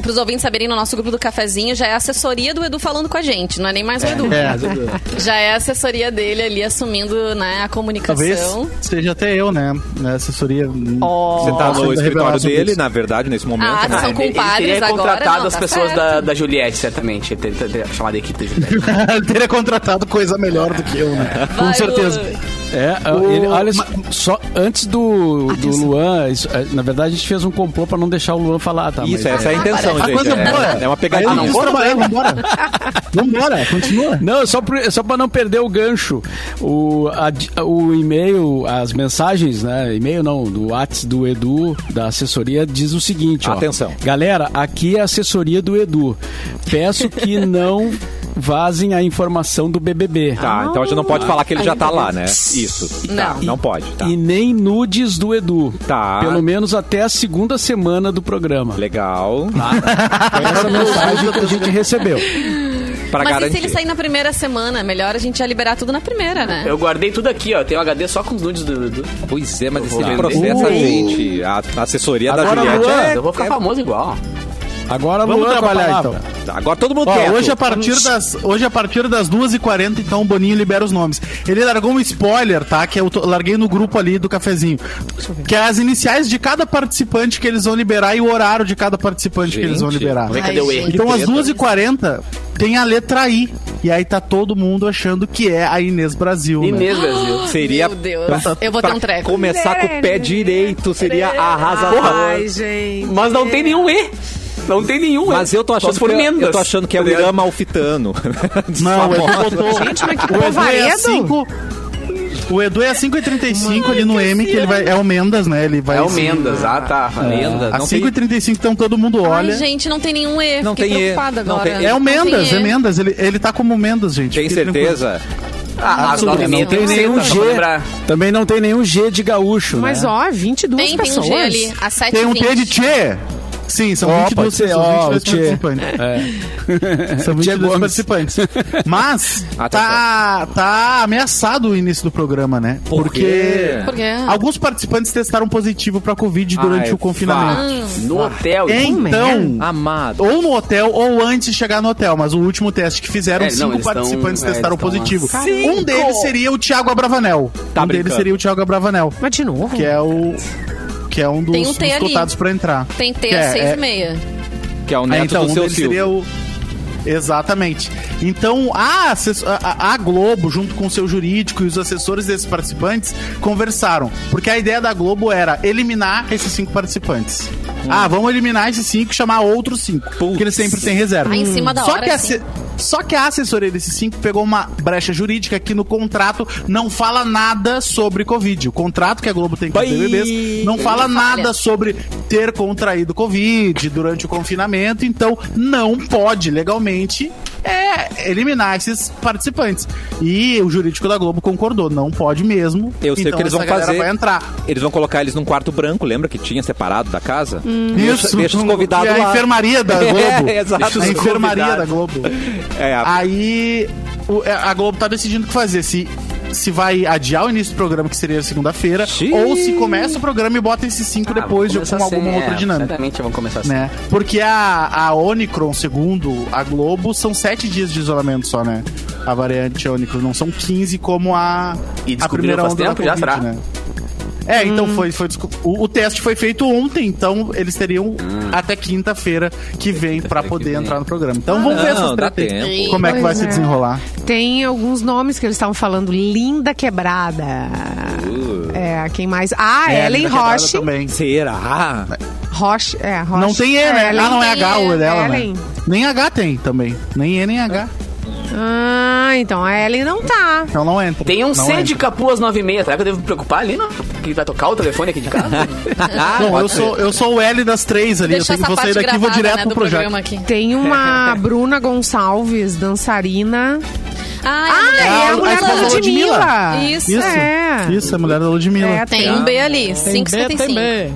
Para os ouvintes saberem, no nosso grupo do cafezinho já é a assessoria do Edu falando com a gente, não é nem mais o Edu. Ah, É, Edu. Já é a assessoria dele ali assumindo né, a talvez comunicação. seja até eu, né? Na assessoria... Você tá no escritório dele, na verdade, nesse momento. Ah, né? são ele- ele compadres teria agora, contratado não, as tá pessoas certo. da, da Juliette, certamente. Ele teria- teria chamado a equipe da Juliette. Ele teria contratado coisa melhor do que eu, né? Com Vai, certeza. Lu. É, ele- olha, só antes Ah, do, do Luan, isso- é, na verdade a gente fez um complô pra não deixar o Luan falar, tá? Isso, mas, essa é a intenção, A gente. coisa boa. É, é uma pegadinha. Aí eu não quis trabalhar, vambora. Vambora, continua. Não, é só pro- é só para não perder o gancho. O, a di- o e-mail, as mensagens, né? E-mail não, do Whats do Edu, da assessoria, diz o seguinte: ó. Atenção. Galera, aqui é a assessoria do Edu. Peço que não vazem a informação do BBB. Tá, então a gente não pode falar que ele já tá lá, né? Isso. Tá, Não. não pode. Tá. E nem nudes do Edu. Tá. Pelo menos até a segunda semana do programa. Legal. Tá. Foi essa mensagem que a gente recebeu. Pra Mas e garantir. se ele sair na primeira semana? Melhor a gente já liberar tudo na primeira, né? Eu guardei tudo aqui, ó. Eu tenho um HD só com os nudes do. do... Pois é, mas esse vender. processo a gente. A a assessoria da Ah, Agora, Juliette Luan, é... Eu vou ficar famoso igual. Agora Vamos Luan, com a trabalhar, palavra. então. Tá, Agora todo mundo Ó, quieto. hoje a partir das hoje a partir das 2h40, então o Boninho libera os nomes. Ele largou um spoiler, tá? Que eu to- larguei no grupo ali do cafezinho. Que é as iniciais de cada participante que eles vão liberar e o horário de cada participante que eles vão Gente, liberar. Vamos ver Ai, cadê o E. gente. Então, às treta. 2h40, tem a letra I. E aí tá todo mundo achando que é a Inês Brasil. né? Inês Brasil. Seria. Meu Deus. Eu vou ter um treco. Começar com o pé direito seria arrasador. Ai, gente. Mas não tem nenhum E. Não tem nenhum E. Mas eu tô Só achando se for que, é- Mendes. eu tô achando que é o Tá ligado? Irã Malfitano. Não, o Edu botou. Gente, mas que o Edu é a Povaredo? 5. O Edu é a 5h35 ali no M, que ele vai. É o Mendas, né? Ele vai. É o se- Mendes. Ah, tá. É. Mendes. A não 5h35, então todo mundo olha. Ai, gente, não tem nenhum E. Não Fiquei tem E. preocupada Não agora. tem- É o Mendas, é E. Mendas. Ele, ele tá como Mendas, gente. Tem Fiquem certeza? Ah, as Absoluto, nove e Não meia tem que ser, nenhum tá? Só G. pra lembrar. Também não tem nenhum G de gaúcho. Mas né? ó, 22 Tem, tem um pessoas. G ali. A tranquilos. Tem um T de Tchê. Sim, são Ó, 22, pode ser, são ó, 22 o Tchê. É. participantes. São Tchê 22 Gomes. participantes. Mas Ah, tá, Atenção. tá ameaçado o início do programa, né? Por quê? Ah, Por quê? alguns participantes testaram positivo pra Covid durante Ai, o confinamento. No hotel. É Hum, um Então, Amado. ou no hotel ou antes de chegar no hotel, mas o último teste que fizeram, É, não, cinco eles tão- participantes é, testaram eles tão lá. positivo. Cinco! Um deles seria o Thiago Abravanel. Tá um deles brincando. seria o Thiago Abravanel, Mas de novo. que é o que é um dos, Tem um T dos ali. cotados pra entrar. Tem T Que às é- seis é- e meia. Que é o é, neto então, do um seu deles seria Silvio. o Exatamente. Então, a, assess- a- a- a Globo, junto com o seu jurídico e os assessores desses participantes, conversaram. Porque a ideia da Globo era eliminar esses cinco participantes. Hum. Ah, vamos eliminar esses cinco e chamar outros cinco. Porque eles sempre têm reserva. Ah, em cima da Só hora, que a assim. asse- só que a assessoria desses cinco pegou uma brecha jurídica que no contrato não fala nada sobre Covid. O contrato que a Globo tem com os Bai. BBBs não fala nada sobre ter contraído Covid durante o confinamento. Então, não pode legalmente é, eliminar esses participantes. E o jurídico da Globo concordou, não pode mesmo. Eu sei o então, que eles essa vão galera fazer. vai entrar. Eles vão colocar eles num quarto branco, lembra que tinha separado da casa? Hum. Isso, deixa os convidados é a lá. enfermaria da É, Globo. exato. a Deixa os enfermaria da convidados. Globo. É, Ah, a- Aí o- é, a Globo tá decidindo o que fazer. Se, se vai adiar o início do programa, que seria segunda-feira, Xiii. Ah, ou se começa o programa e bota esses cinco depois de, vamos com começar alguma assim, outra é, dinâmica. Certamente vão começar assim. Né? Porque a, a Omicron, segundo a Globo, são sete dias de isolamento só, né? A variante Omicron. Não são 15 como a, E a descobriram primeira faz onda da tempo, já Covid, será? né? É, então Hum. foi. foi desco- o, o teste foi feito ontem, então eles Hum. teriam até quinta-feira que vem pra poder entrar no programa. Ah, Então vamos ver não, essas dá tretas aí. tempo. Como é que vai Pois se é. desenrolar? Tem alguns nomes que eles estavam falando. Linda Quebrada. É, quem mais? Ah, Uh. É, Ellen Linda Quebrada Roche. Também. Será? Roche, é, Roche. Não tem E, né? Ellen. ah, não é tem H E, o dela, Ellen. né? Nem H tem também. Nem E, nem H. Ah, então a Ellen não tá. Então não entra. Tem um não C entra. de Capu às 9h30. Será que eu devo me preocupar ali, não? Que vai tocar o telefone aqui de casa? Não, eu sou, eu sou o L das três ali. Deixa eu sei essa que vou parte sair daqui e vou gravada, direto né, pro do projeto. programa aqui. Tem uma Bruna Gonçalves, dançarina. Ah, Ah, é Ah, a a mulher da esposa da Ludmilla. Ludmilla. Isso. Isso, É. isso, é a mulher da Ludmilla. É, tem um B ali, 5,55.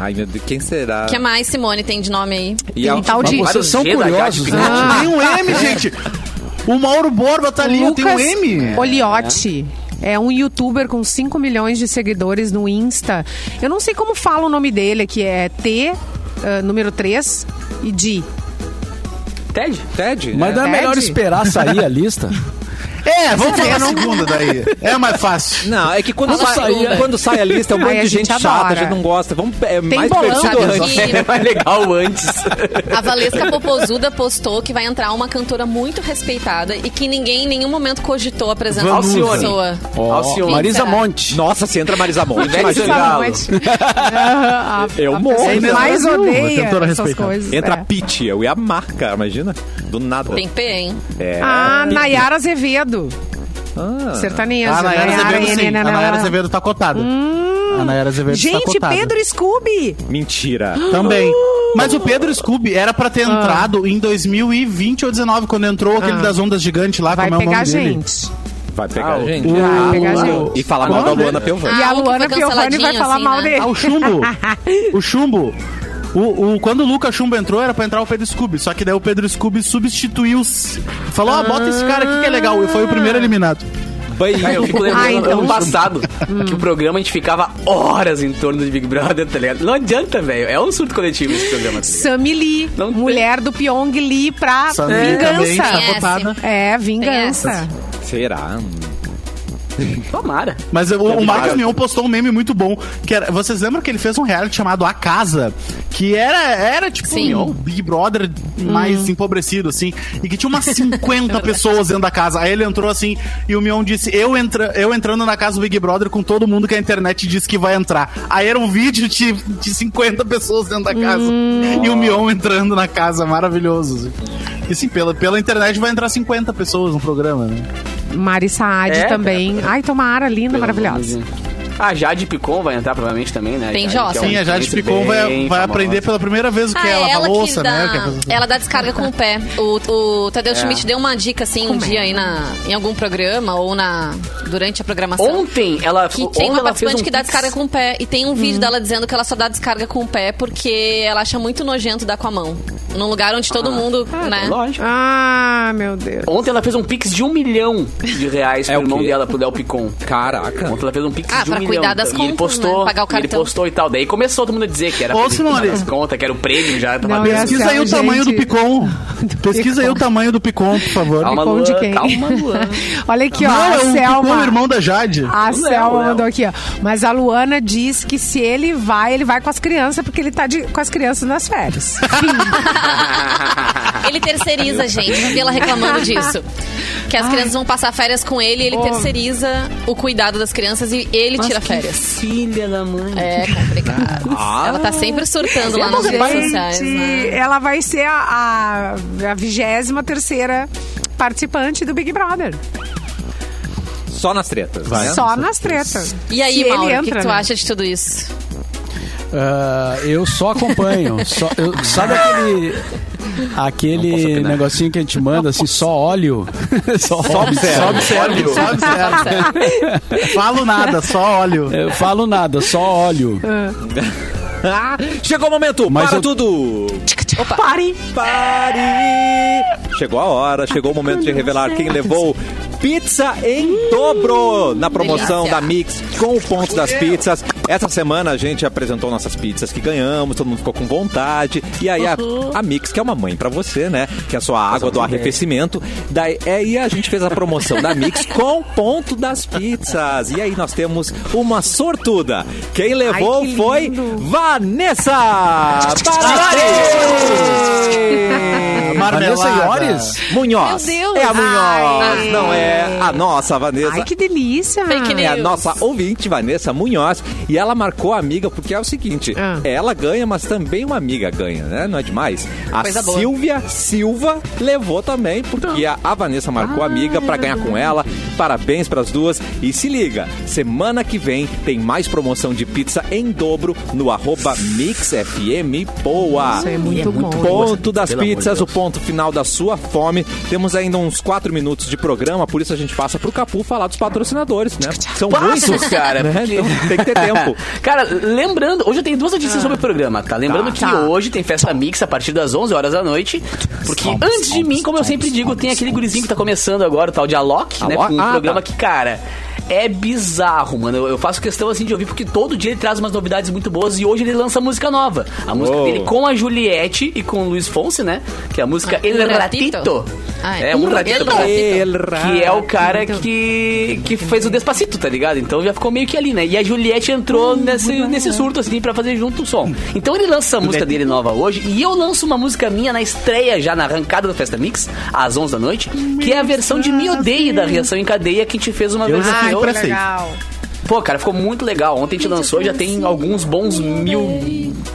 Ai, meu Deus, quem será? O que mais, Simone, tem de nome aí? E é a- é Tem tal de- Vocês são G da Jade curiosos, né? tá. Picante. Tem um M, É. gente. O Mauro Borba tá ali, tem um M. Oliotti. É um youtuber com 5 milhões de seguidores no Insta. Eu não sei como fala o nome dele, que é T, ah, número 3, e Di. Ted? Ted? Mas não né? é melhor Pede? esperar sair a lista? É, vamos falar na segunda daí. É mais fácil. Não, é que quando, Fala sai, segunda. quando sai a lista, é um Aí monte a de gente gente chata, a adora. gente não gosta. Vamos, é Tem mais bolão, divertido sabe? antes. Aqui. É mais legal antes. A Valesca Popozuda postou que vai entrar uma cantora muito respeitada e que ninguém em nenhum momento cogitou apresentar a Vanusa. pessoa. Ó, Alcione. Marisa Será? Monte. Nossa, se entra Marisa Monte, Ivete imagina. Sangalo. a, Eu a morro. pessoa que Ainda mais mais uma, odeia cantora essas respeitada. coisas. Entra é. a Pitty, eu ia amar, cara, imagina. Do nada. Tem P, hein? É. Ah, Nayara Azevedo. Sertaneja. A Nayara Azevedo, sim. A né, né, né, Nayara né. Hum. Azevedo tá cotada. A Nayara Azevedo tá Gente, cotada. Pedro Scooby. Mentira. Também. Mas o Pedro Scooby era pra ter entrado em 2020 ou 19, quando entrou aquele Ah. das ondas gigantes lá, Vai como é o pegar nome dele. gente. Vai Ah, pegar a gente. Vai pegar o- gente. E falar mal da Olha. Luana Piovani. E a Ah, um que foi Luana Piovani vai canceladinho, falar assim, mal né? dele. Ah, o chumbo. o chumbo. O, o- quando o Lucas Chumbo entrou, era pra entrar o Pedro Scooby. Só que daí o Pedro Scooby substituiu. s- Falou, ó, bota esse cara aqui que é legal. E foi o primeiro eliminado. Cara, eu fico lembrando Ah, então. Hum. ano passado que o programa a gente ficava horas em torno de Big Brother, tá ligado? Não adianta, velho. É um surto coletivo esse programa. tá ligado? Sammy Lee, Não tem. mulher do Pyong Lee pra Essa amiga também tá Conhece. vingança. cotada. É, vingança. Será? Tomara. Mas o, o Marcos Obrigado. Mion postou um meme muito bom. Que era- vocês lembram que ele fez um reality chamado A Casa? Que era, era tipo Sim. um Big Brother mais empobrecido, assim. E que tinha umas 50 pessoas dentro da casa. Aí ele entrou assim e o Mion disse: eu, entra, eu entrando na casa do Big Brother com todo mundo que a internet disse que vai entrar. Aí era um vídeo de, de 50 pessoas dentro da casa. E o Mion entrando na casa. Maravilhoso. E assim, pela, pela internet vai entrar 50 pessoas no programa, né? Mari Saad É, também. Ai, tomara, linda, maravilhosa. A Jade Ah, Picon vai entrar provavelmente também, né? Tem Jade, que é Jossa. uma Sim, a Jade influencer Picon bem tá vai, vai famosa. aprender pela primeira vez o que Ah, é é lavar ela que louça, dá, né? Que é fazer- ela dá descarga com o pé. O, o Tadeu Schmidt deu uma dica assim um dia aí na, em algum programa ou na durante a programação. Ontem ela Que ontem tem uma ela fez participante um que dá pix. descarga com o pé. E tem um vídeo dela dizendo que ela só dá descarga com o pé porque ela acha muito nojento dar com a mão. Num lugar onde todo mundo, né? Lógico. Ah, meu Deus. Ontem ela fez um pix de um milhão de reais É pro o irmão quê? Tá. dela, pro Léo Picon. Caraca. Ontem ela fez um pix Ah, de um pra milhão. cuidar das e ele contas, postou, né? Pagar o e ele cartão. postou e tal. Daí começou todo mundo a dizer que era Ô, pra ele cuidar Simone. das contas, que era o prêmio já. Tava Não, é bem. e essa- Pesquisa aí o Gente. tamanho do Picon. Pesquisa aí o tamanho do Picon, por favor. Calma, Picon Luan, de quem? calma, Luan. Olha aqui, ó. Não, a é o Picon, Selma. Ah. irmão é, da Jade. A Não, Selma um não. mandou aqui, ó. Mas a Luana diz que se ele vai, ele vai com as crianças, porque ele tá de- com as crianças nas férias. Fim. Ele terceiriza, gente. Eu vi ela reclamando disso. Que as crianças vão passar férias com ele e ele terceiriza o cuidado das crianças e ele tira férias. Filha da mãe. É complicado. Ah, Ela tá sempre surtando lá nas redes sociais, Ah. Gente, né? ela vai ser a, a, a 23 participante do Big Brother. Só nas tretas. Ah, é? né? Só nas tretas. E aí, Se ele Mauro, o que, entra, que tu né? acha de tudo isso? Ah, eu só acompanho. só- eu- sabe aquele. Aquele negocinho que a gente manda, assim, só óleo. só óleo. Só observe, só observe. Falo nada, só olho. Eu falo nada, só óleo. Ah, chegou o momento. Mas para eu- tudo. Pare! Pare. Chegou a hora. Chegou o momento de revelar quem levou pizza em dobro na promoção da Delícia. Mix com o ponto das pizzas. Essa semana a gente apresentou nossas pizzas que ganhamos, todo mundo ficou com vontade. E aí a, a Mix, que é uma mãe pra você, né? Que é a sua água do arrefecimento. Daí é, e a gente fez a promoção da Mix com o ponto das pizzas. E aí nós temos uma sortuda. Quem levou que foi lindo. Vanessa Parari! Vanessa Iores? Munhoz. Meu É Deus. a Munhoz, Ai. não é a nossa Vanessa. Ai, que delícia! Fake news. É a nossa ouvinte, Vanessa Munhoz. E ela marcou a amiga, porque é o seguinte: Ah. ela ganha, mas também uma amiga ganha, né? Não é demais? A Coisa boa. Silvia Silva levou também, porque a, a Vanessa marcou a amiga pra ganhar com ela. Parabéns pras duas. E se liga: semana que vem tem mais promoção de pizza em dobro no arroba MixFM Poa. Isso é muito, bom. Ponto das pizzas, o ponto final da sua fome. Temos ainda uns 4 minutos de programa, por isso a gente passa pro Capu falar dos patrocinadores, né? São muitos, cara. né? Então, tem que ter tempo. Cara, lembrando, hoje eu tenho duas notícias sobre o programa, tá? Lembrando que hoje tem festa mix a partir das 11 horas da noite. Porque antes de mim, como eu sempre digo, tem aquele gurizinho que tá começando agora, o tal de Alok, né? Alok? Com um Ah, programa tá. que, cara. é bizarro, mano. Eu, eu faço questão assim de ouvir, porque todo dia ele traz umas novidades muito boas e hoje ele lança música nova. A música Uou. dele com a Juliette e com o Luiz Fonse, né? Que é a música Ah, El Um Ratito. Ratito. Ah, é, um El ratito. pra- Ratito. que é o cara Então, que, que fez o Despacito, tá ligado? Então já ficou meio que ali, né? E a Juliette entrou Hum, nesse, nesse surto, assim, pra fazer junto o som. Então ele lança a música dele nova hoje e eu lanço uma música minha na estreia, já na arrancada do Festa Mix, às 11 da noite, que é a versão de Me Odeie da Reação em Cadeia, que a gente fez uma Eu vez já aqui. fiquei pra sempre. Pô, cara, ficou muito legal. Ontem a gente lançou, já tem alguns bons mil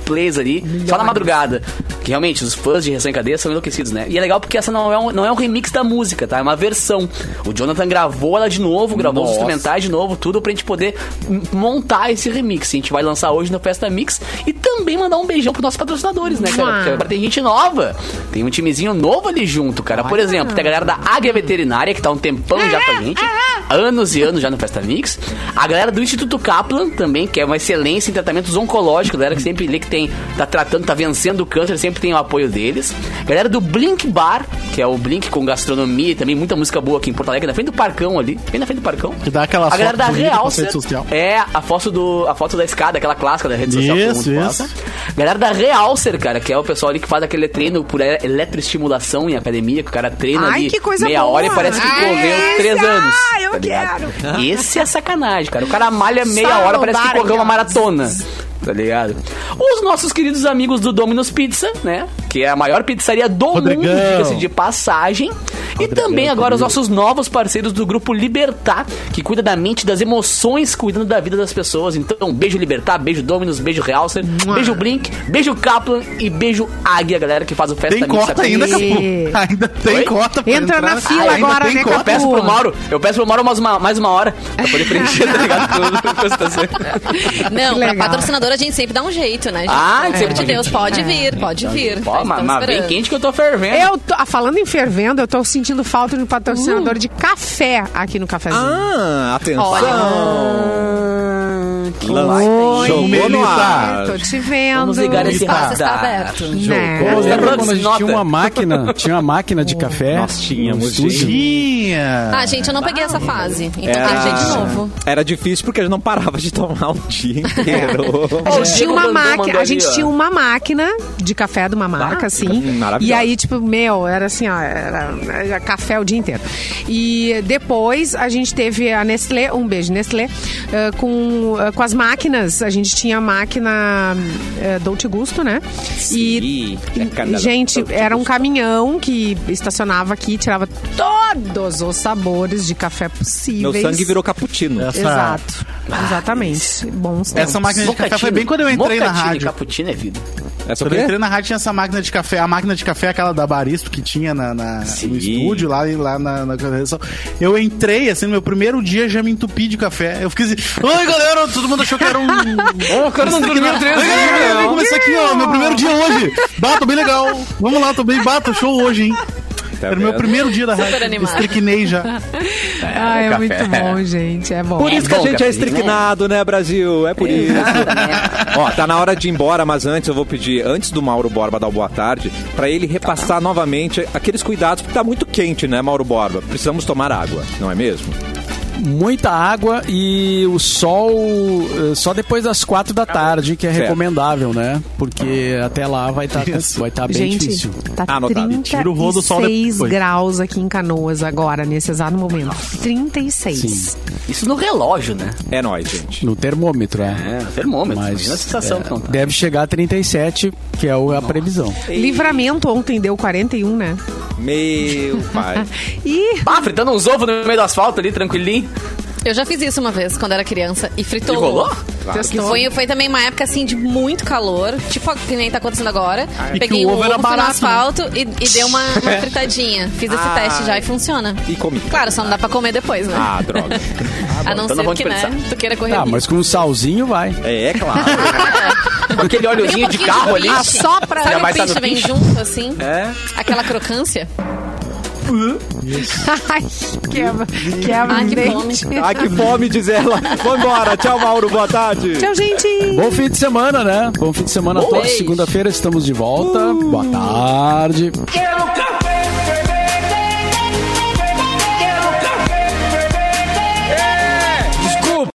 plays ali, só na madrugada. Que realmente, os fãs de Reação em Cadeia são enlouquecidos, né? E é legal porque essa não é um, não é um remix da música, tá? É uma versão. O Jonathan gravou ela de novo, gravou os Nossa. instrumentais de novo, tudo pra gente poder m- montar esse remix. A gente vai lançar hoje na Festa Mix e também mandar um beijão pros nossos patrocinadores, né, cara? Porque agora tem gente nova. Tem um timezinho novo ali junto, cara. Por exemplo, tem a galera da Águia Veterinária, que tá há um tempão já Ah, com a gente. Anos e anos já no Festa Mix. A galera do Instituto Kaplan também, que é uma excelência em tratamentos oncológicos. A galera que sempre lê que tem, tá tratando, tá vencendo o câncer, sempre tem o apoio deles. A galera do Blink Bar, que é o Blink com gastronomia e também muita música boa aqui em Porto Alegre, na frente do Parcão ali. Bem na frente do Parcão. Que dá aquela A galera foto da bonita pra Real rede social. é, a foto, do, a foto da escada, aquela clássica da rede social. que todo Isso, mundo isso. passa. Galera da Realcer, cara, que é o pessoal ali que faz aquele treino por e- eletroestimulação em academia, que o cara treina Ai, ali que coisa meia boa. hora e parece que Ai, correu esse- três ah, anos. Tá eu ligado? Esse é sacanagem, cara. O cara malha meia Só hora, não parece que dar correu uma aquela- maratona. Tá ligado? Os nossos queridos amigos do Domino's Pizza, né? Que é a maior pizzaria do Rodrigão. mundo, diga-se de passagem. E também agora os nossos novos parceiros do grupo Libertar, que cuida da mente e das emoções, cuidando da vida das pessoas. Então, beijo Libertar, beijo Dominus, beijo Realcer, beijo Blink, beijo Kaplan e beijo Águia, galera que faz o Festa Tem Mix cota aqui. ainda, Capu. Sim. Ainda tem Oi? cota pra Entra entrar. na fila Ainda agora, tem né, cota. Eu peço pro Porra. Mauro, eu peço pro Mauro mais uma, mais uma hora pra poder preencher, tá ligado? Com- com estação. Não, Que pra legal. patrocinador a gente sempre dá um jeito, né? Gente? Ah, Pelo amor sempre de tem Deus, jeito. pode vir, pode vir. Ó, mas, Nós estamos mas vem esperando. quente que eu tô fervendo. Eu tô, ah, falando em fervendo, eu tô sentindo falta de um Uh. patrocinador de café aqui no cafezinho. Ah, atenção. né? Oi, Jogou no ar. Tô te vendo. Vamos ligar O esse espaço está radar. aberto. Eu Né? Jogou. lembro quando a gente Nota. tinha uma máquina, tinha uma máquina de café. Nós tínhamos, no estúdio. gente. Tinha. Ah, gente, eu não peguei essa fase. Então É. tem que ser de novo. Era difícil porque a gente não parava de tomar o dia inteiro. A Ó, o gente, tinha Diego uma, mandou- máquina, mandou a ali, gente ó. tinha uma máquina de café de uma marca, assim. Hum, maravilhosa. E aí, tipo, meu, era assim, ó, era, era café o dia inteiro. E depois a gente teve a Nestlé, um beijo, Nestlé, eh, com, eh, com as máquinas. A gente tinha a máquina eh, Dolce Gusto, né? Sim, é cada- gente, Dolce era um caminhão que estacionava aqui, tirava todos os sabores de café possíveis. Meu sangue virou cappuccino. Essa- Exato. Exatamente. Bons tempos. Essa máquina de café foi bem quando eu entrei na rádio. Caputino é vida. Essa o Quando eu quê? entrei na rádio tinha essa máquina de café, a máquina de café é aquela da Baristo que tinha na, na- Sim. no estúdio lá, e lá na, na correção. Eu entrei, assim, no meu primeiro dia já me entupi de café. Eu fiquei assim, oi galera, todo mundo achou que era um. Ô, cara, não dormiu três né? Oi, galera, vem começar aqui, ó, meu primeiro dia hoje. Bah, tô bem legal. Vamos lá, tô bem, bato, show hoje, hein. Tá era o meu vendo? primeiro dia da rádio. animado. Estriquinei já. Ah, é café. muito bom, gente. É bom. Por É isso que a bom, gente é Gabi, estricnado, né, Brasil? É por isso. Ó, tá na hora de ir embora, mas antes eu vou pedir, antes do Mauro Borba dar o boa tarde, pra ele repassar novamente aqueles cuidados, porque tá muito quente, né, Mauro Borba? Precisamos tomar água, não é mesmo? Muita água e o sol eh, só depois das quatro da tarde, que é Certo. recomendável, né? Porque até lá vai estar vai tá bem Gente, difícil. tá Anotado. Ah, Tira o rolo do sol 36 depois. graus aqui em Canoas agora, nesse exato momento. 36. Sim. Isso no relógio, né? É nóis, gente. No termômetro, é. termômetro. Mas, Imagina a sensação é, que não tá. Deve chegar a 37, que é o- a previsão. Livramento ontem deu 41, né? Meu pai. E Ah, fritando uns ovos no meio do asfalto ali, tranquilinho. Eu já fiz isso uma vez, quando era criança, e fritou. E rolou? Que foi, foi também uma época assim de muito calor, tipo a que nem tá acontecendo agora. E Peguei que o o ovo, ovo era fui no barato, asfalto e, e deu uma, uma fritadinha. Fiz esse Ah. teste já e funciona. E comi. Claro, só não dá pra comer depois, né? Ah, droga. a não então não ser vamos que, né, desperdiçar. tu queira correr. Tá, risco. mas com um salzinho vai. É, é claro. Com aquele Tem um óleozinho de pouquinho carro ali. piche. assopra. Sabe Já vai o estar no piche vem piche? junto, assim? É. Aquela crocância? Ai, quebra, quebra Ah, o que dente. Ai, que fome, diz ela. Vambora. Tchau, Mauro. Boa tarde. Tchau, gente. Bom fim de semana, né? Bom fim de semana a todos. beijo. Segunda-feira estamos de volta. Boa tarde. Quero café!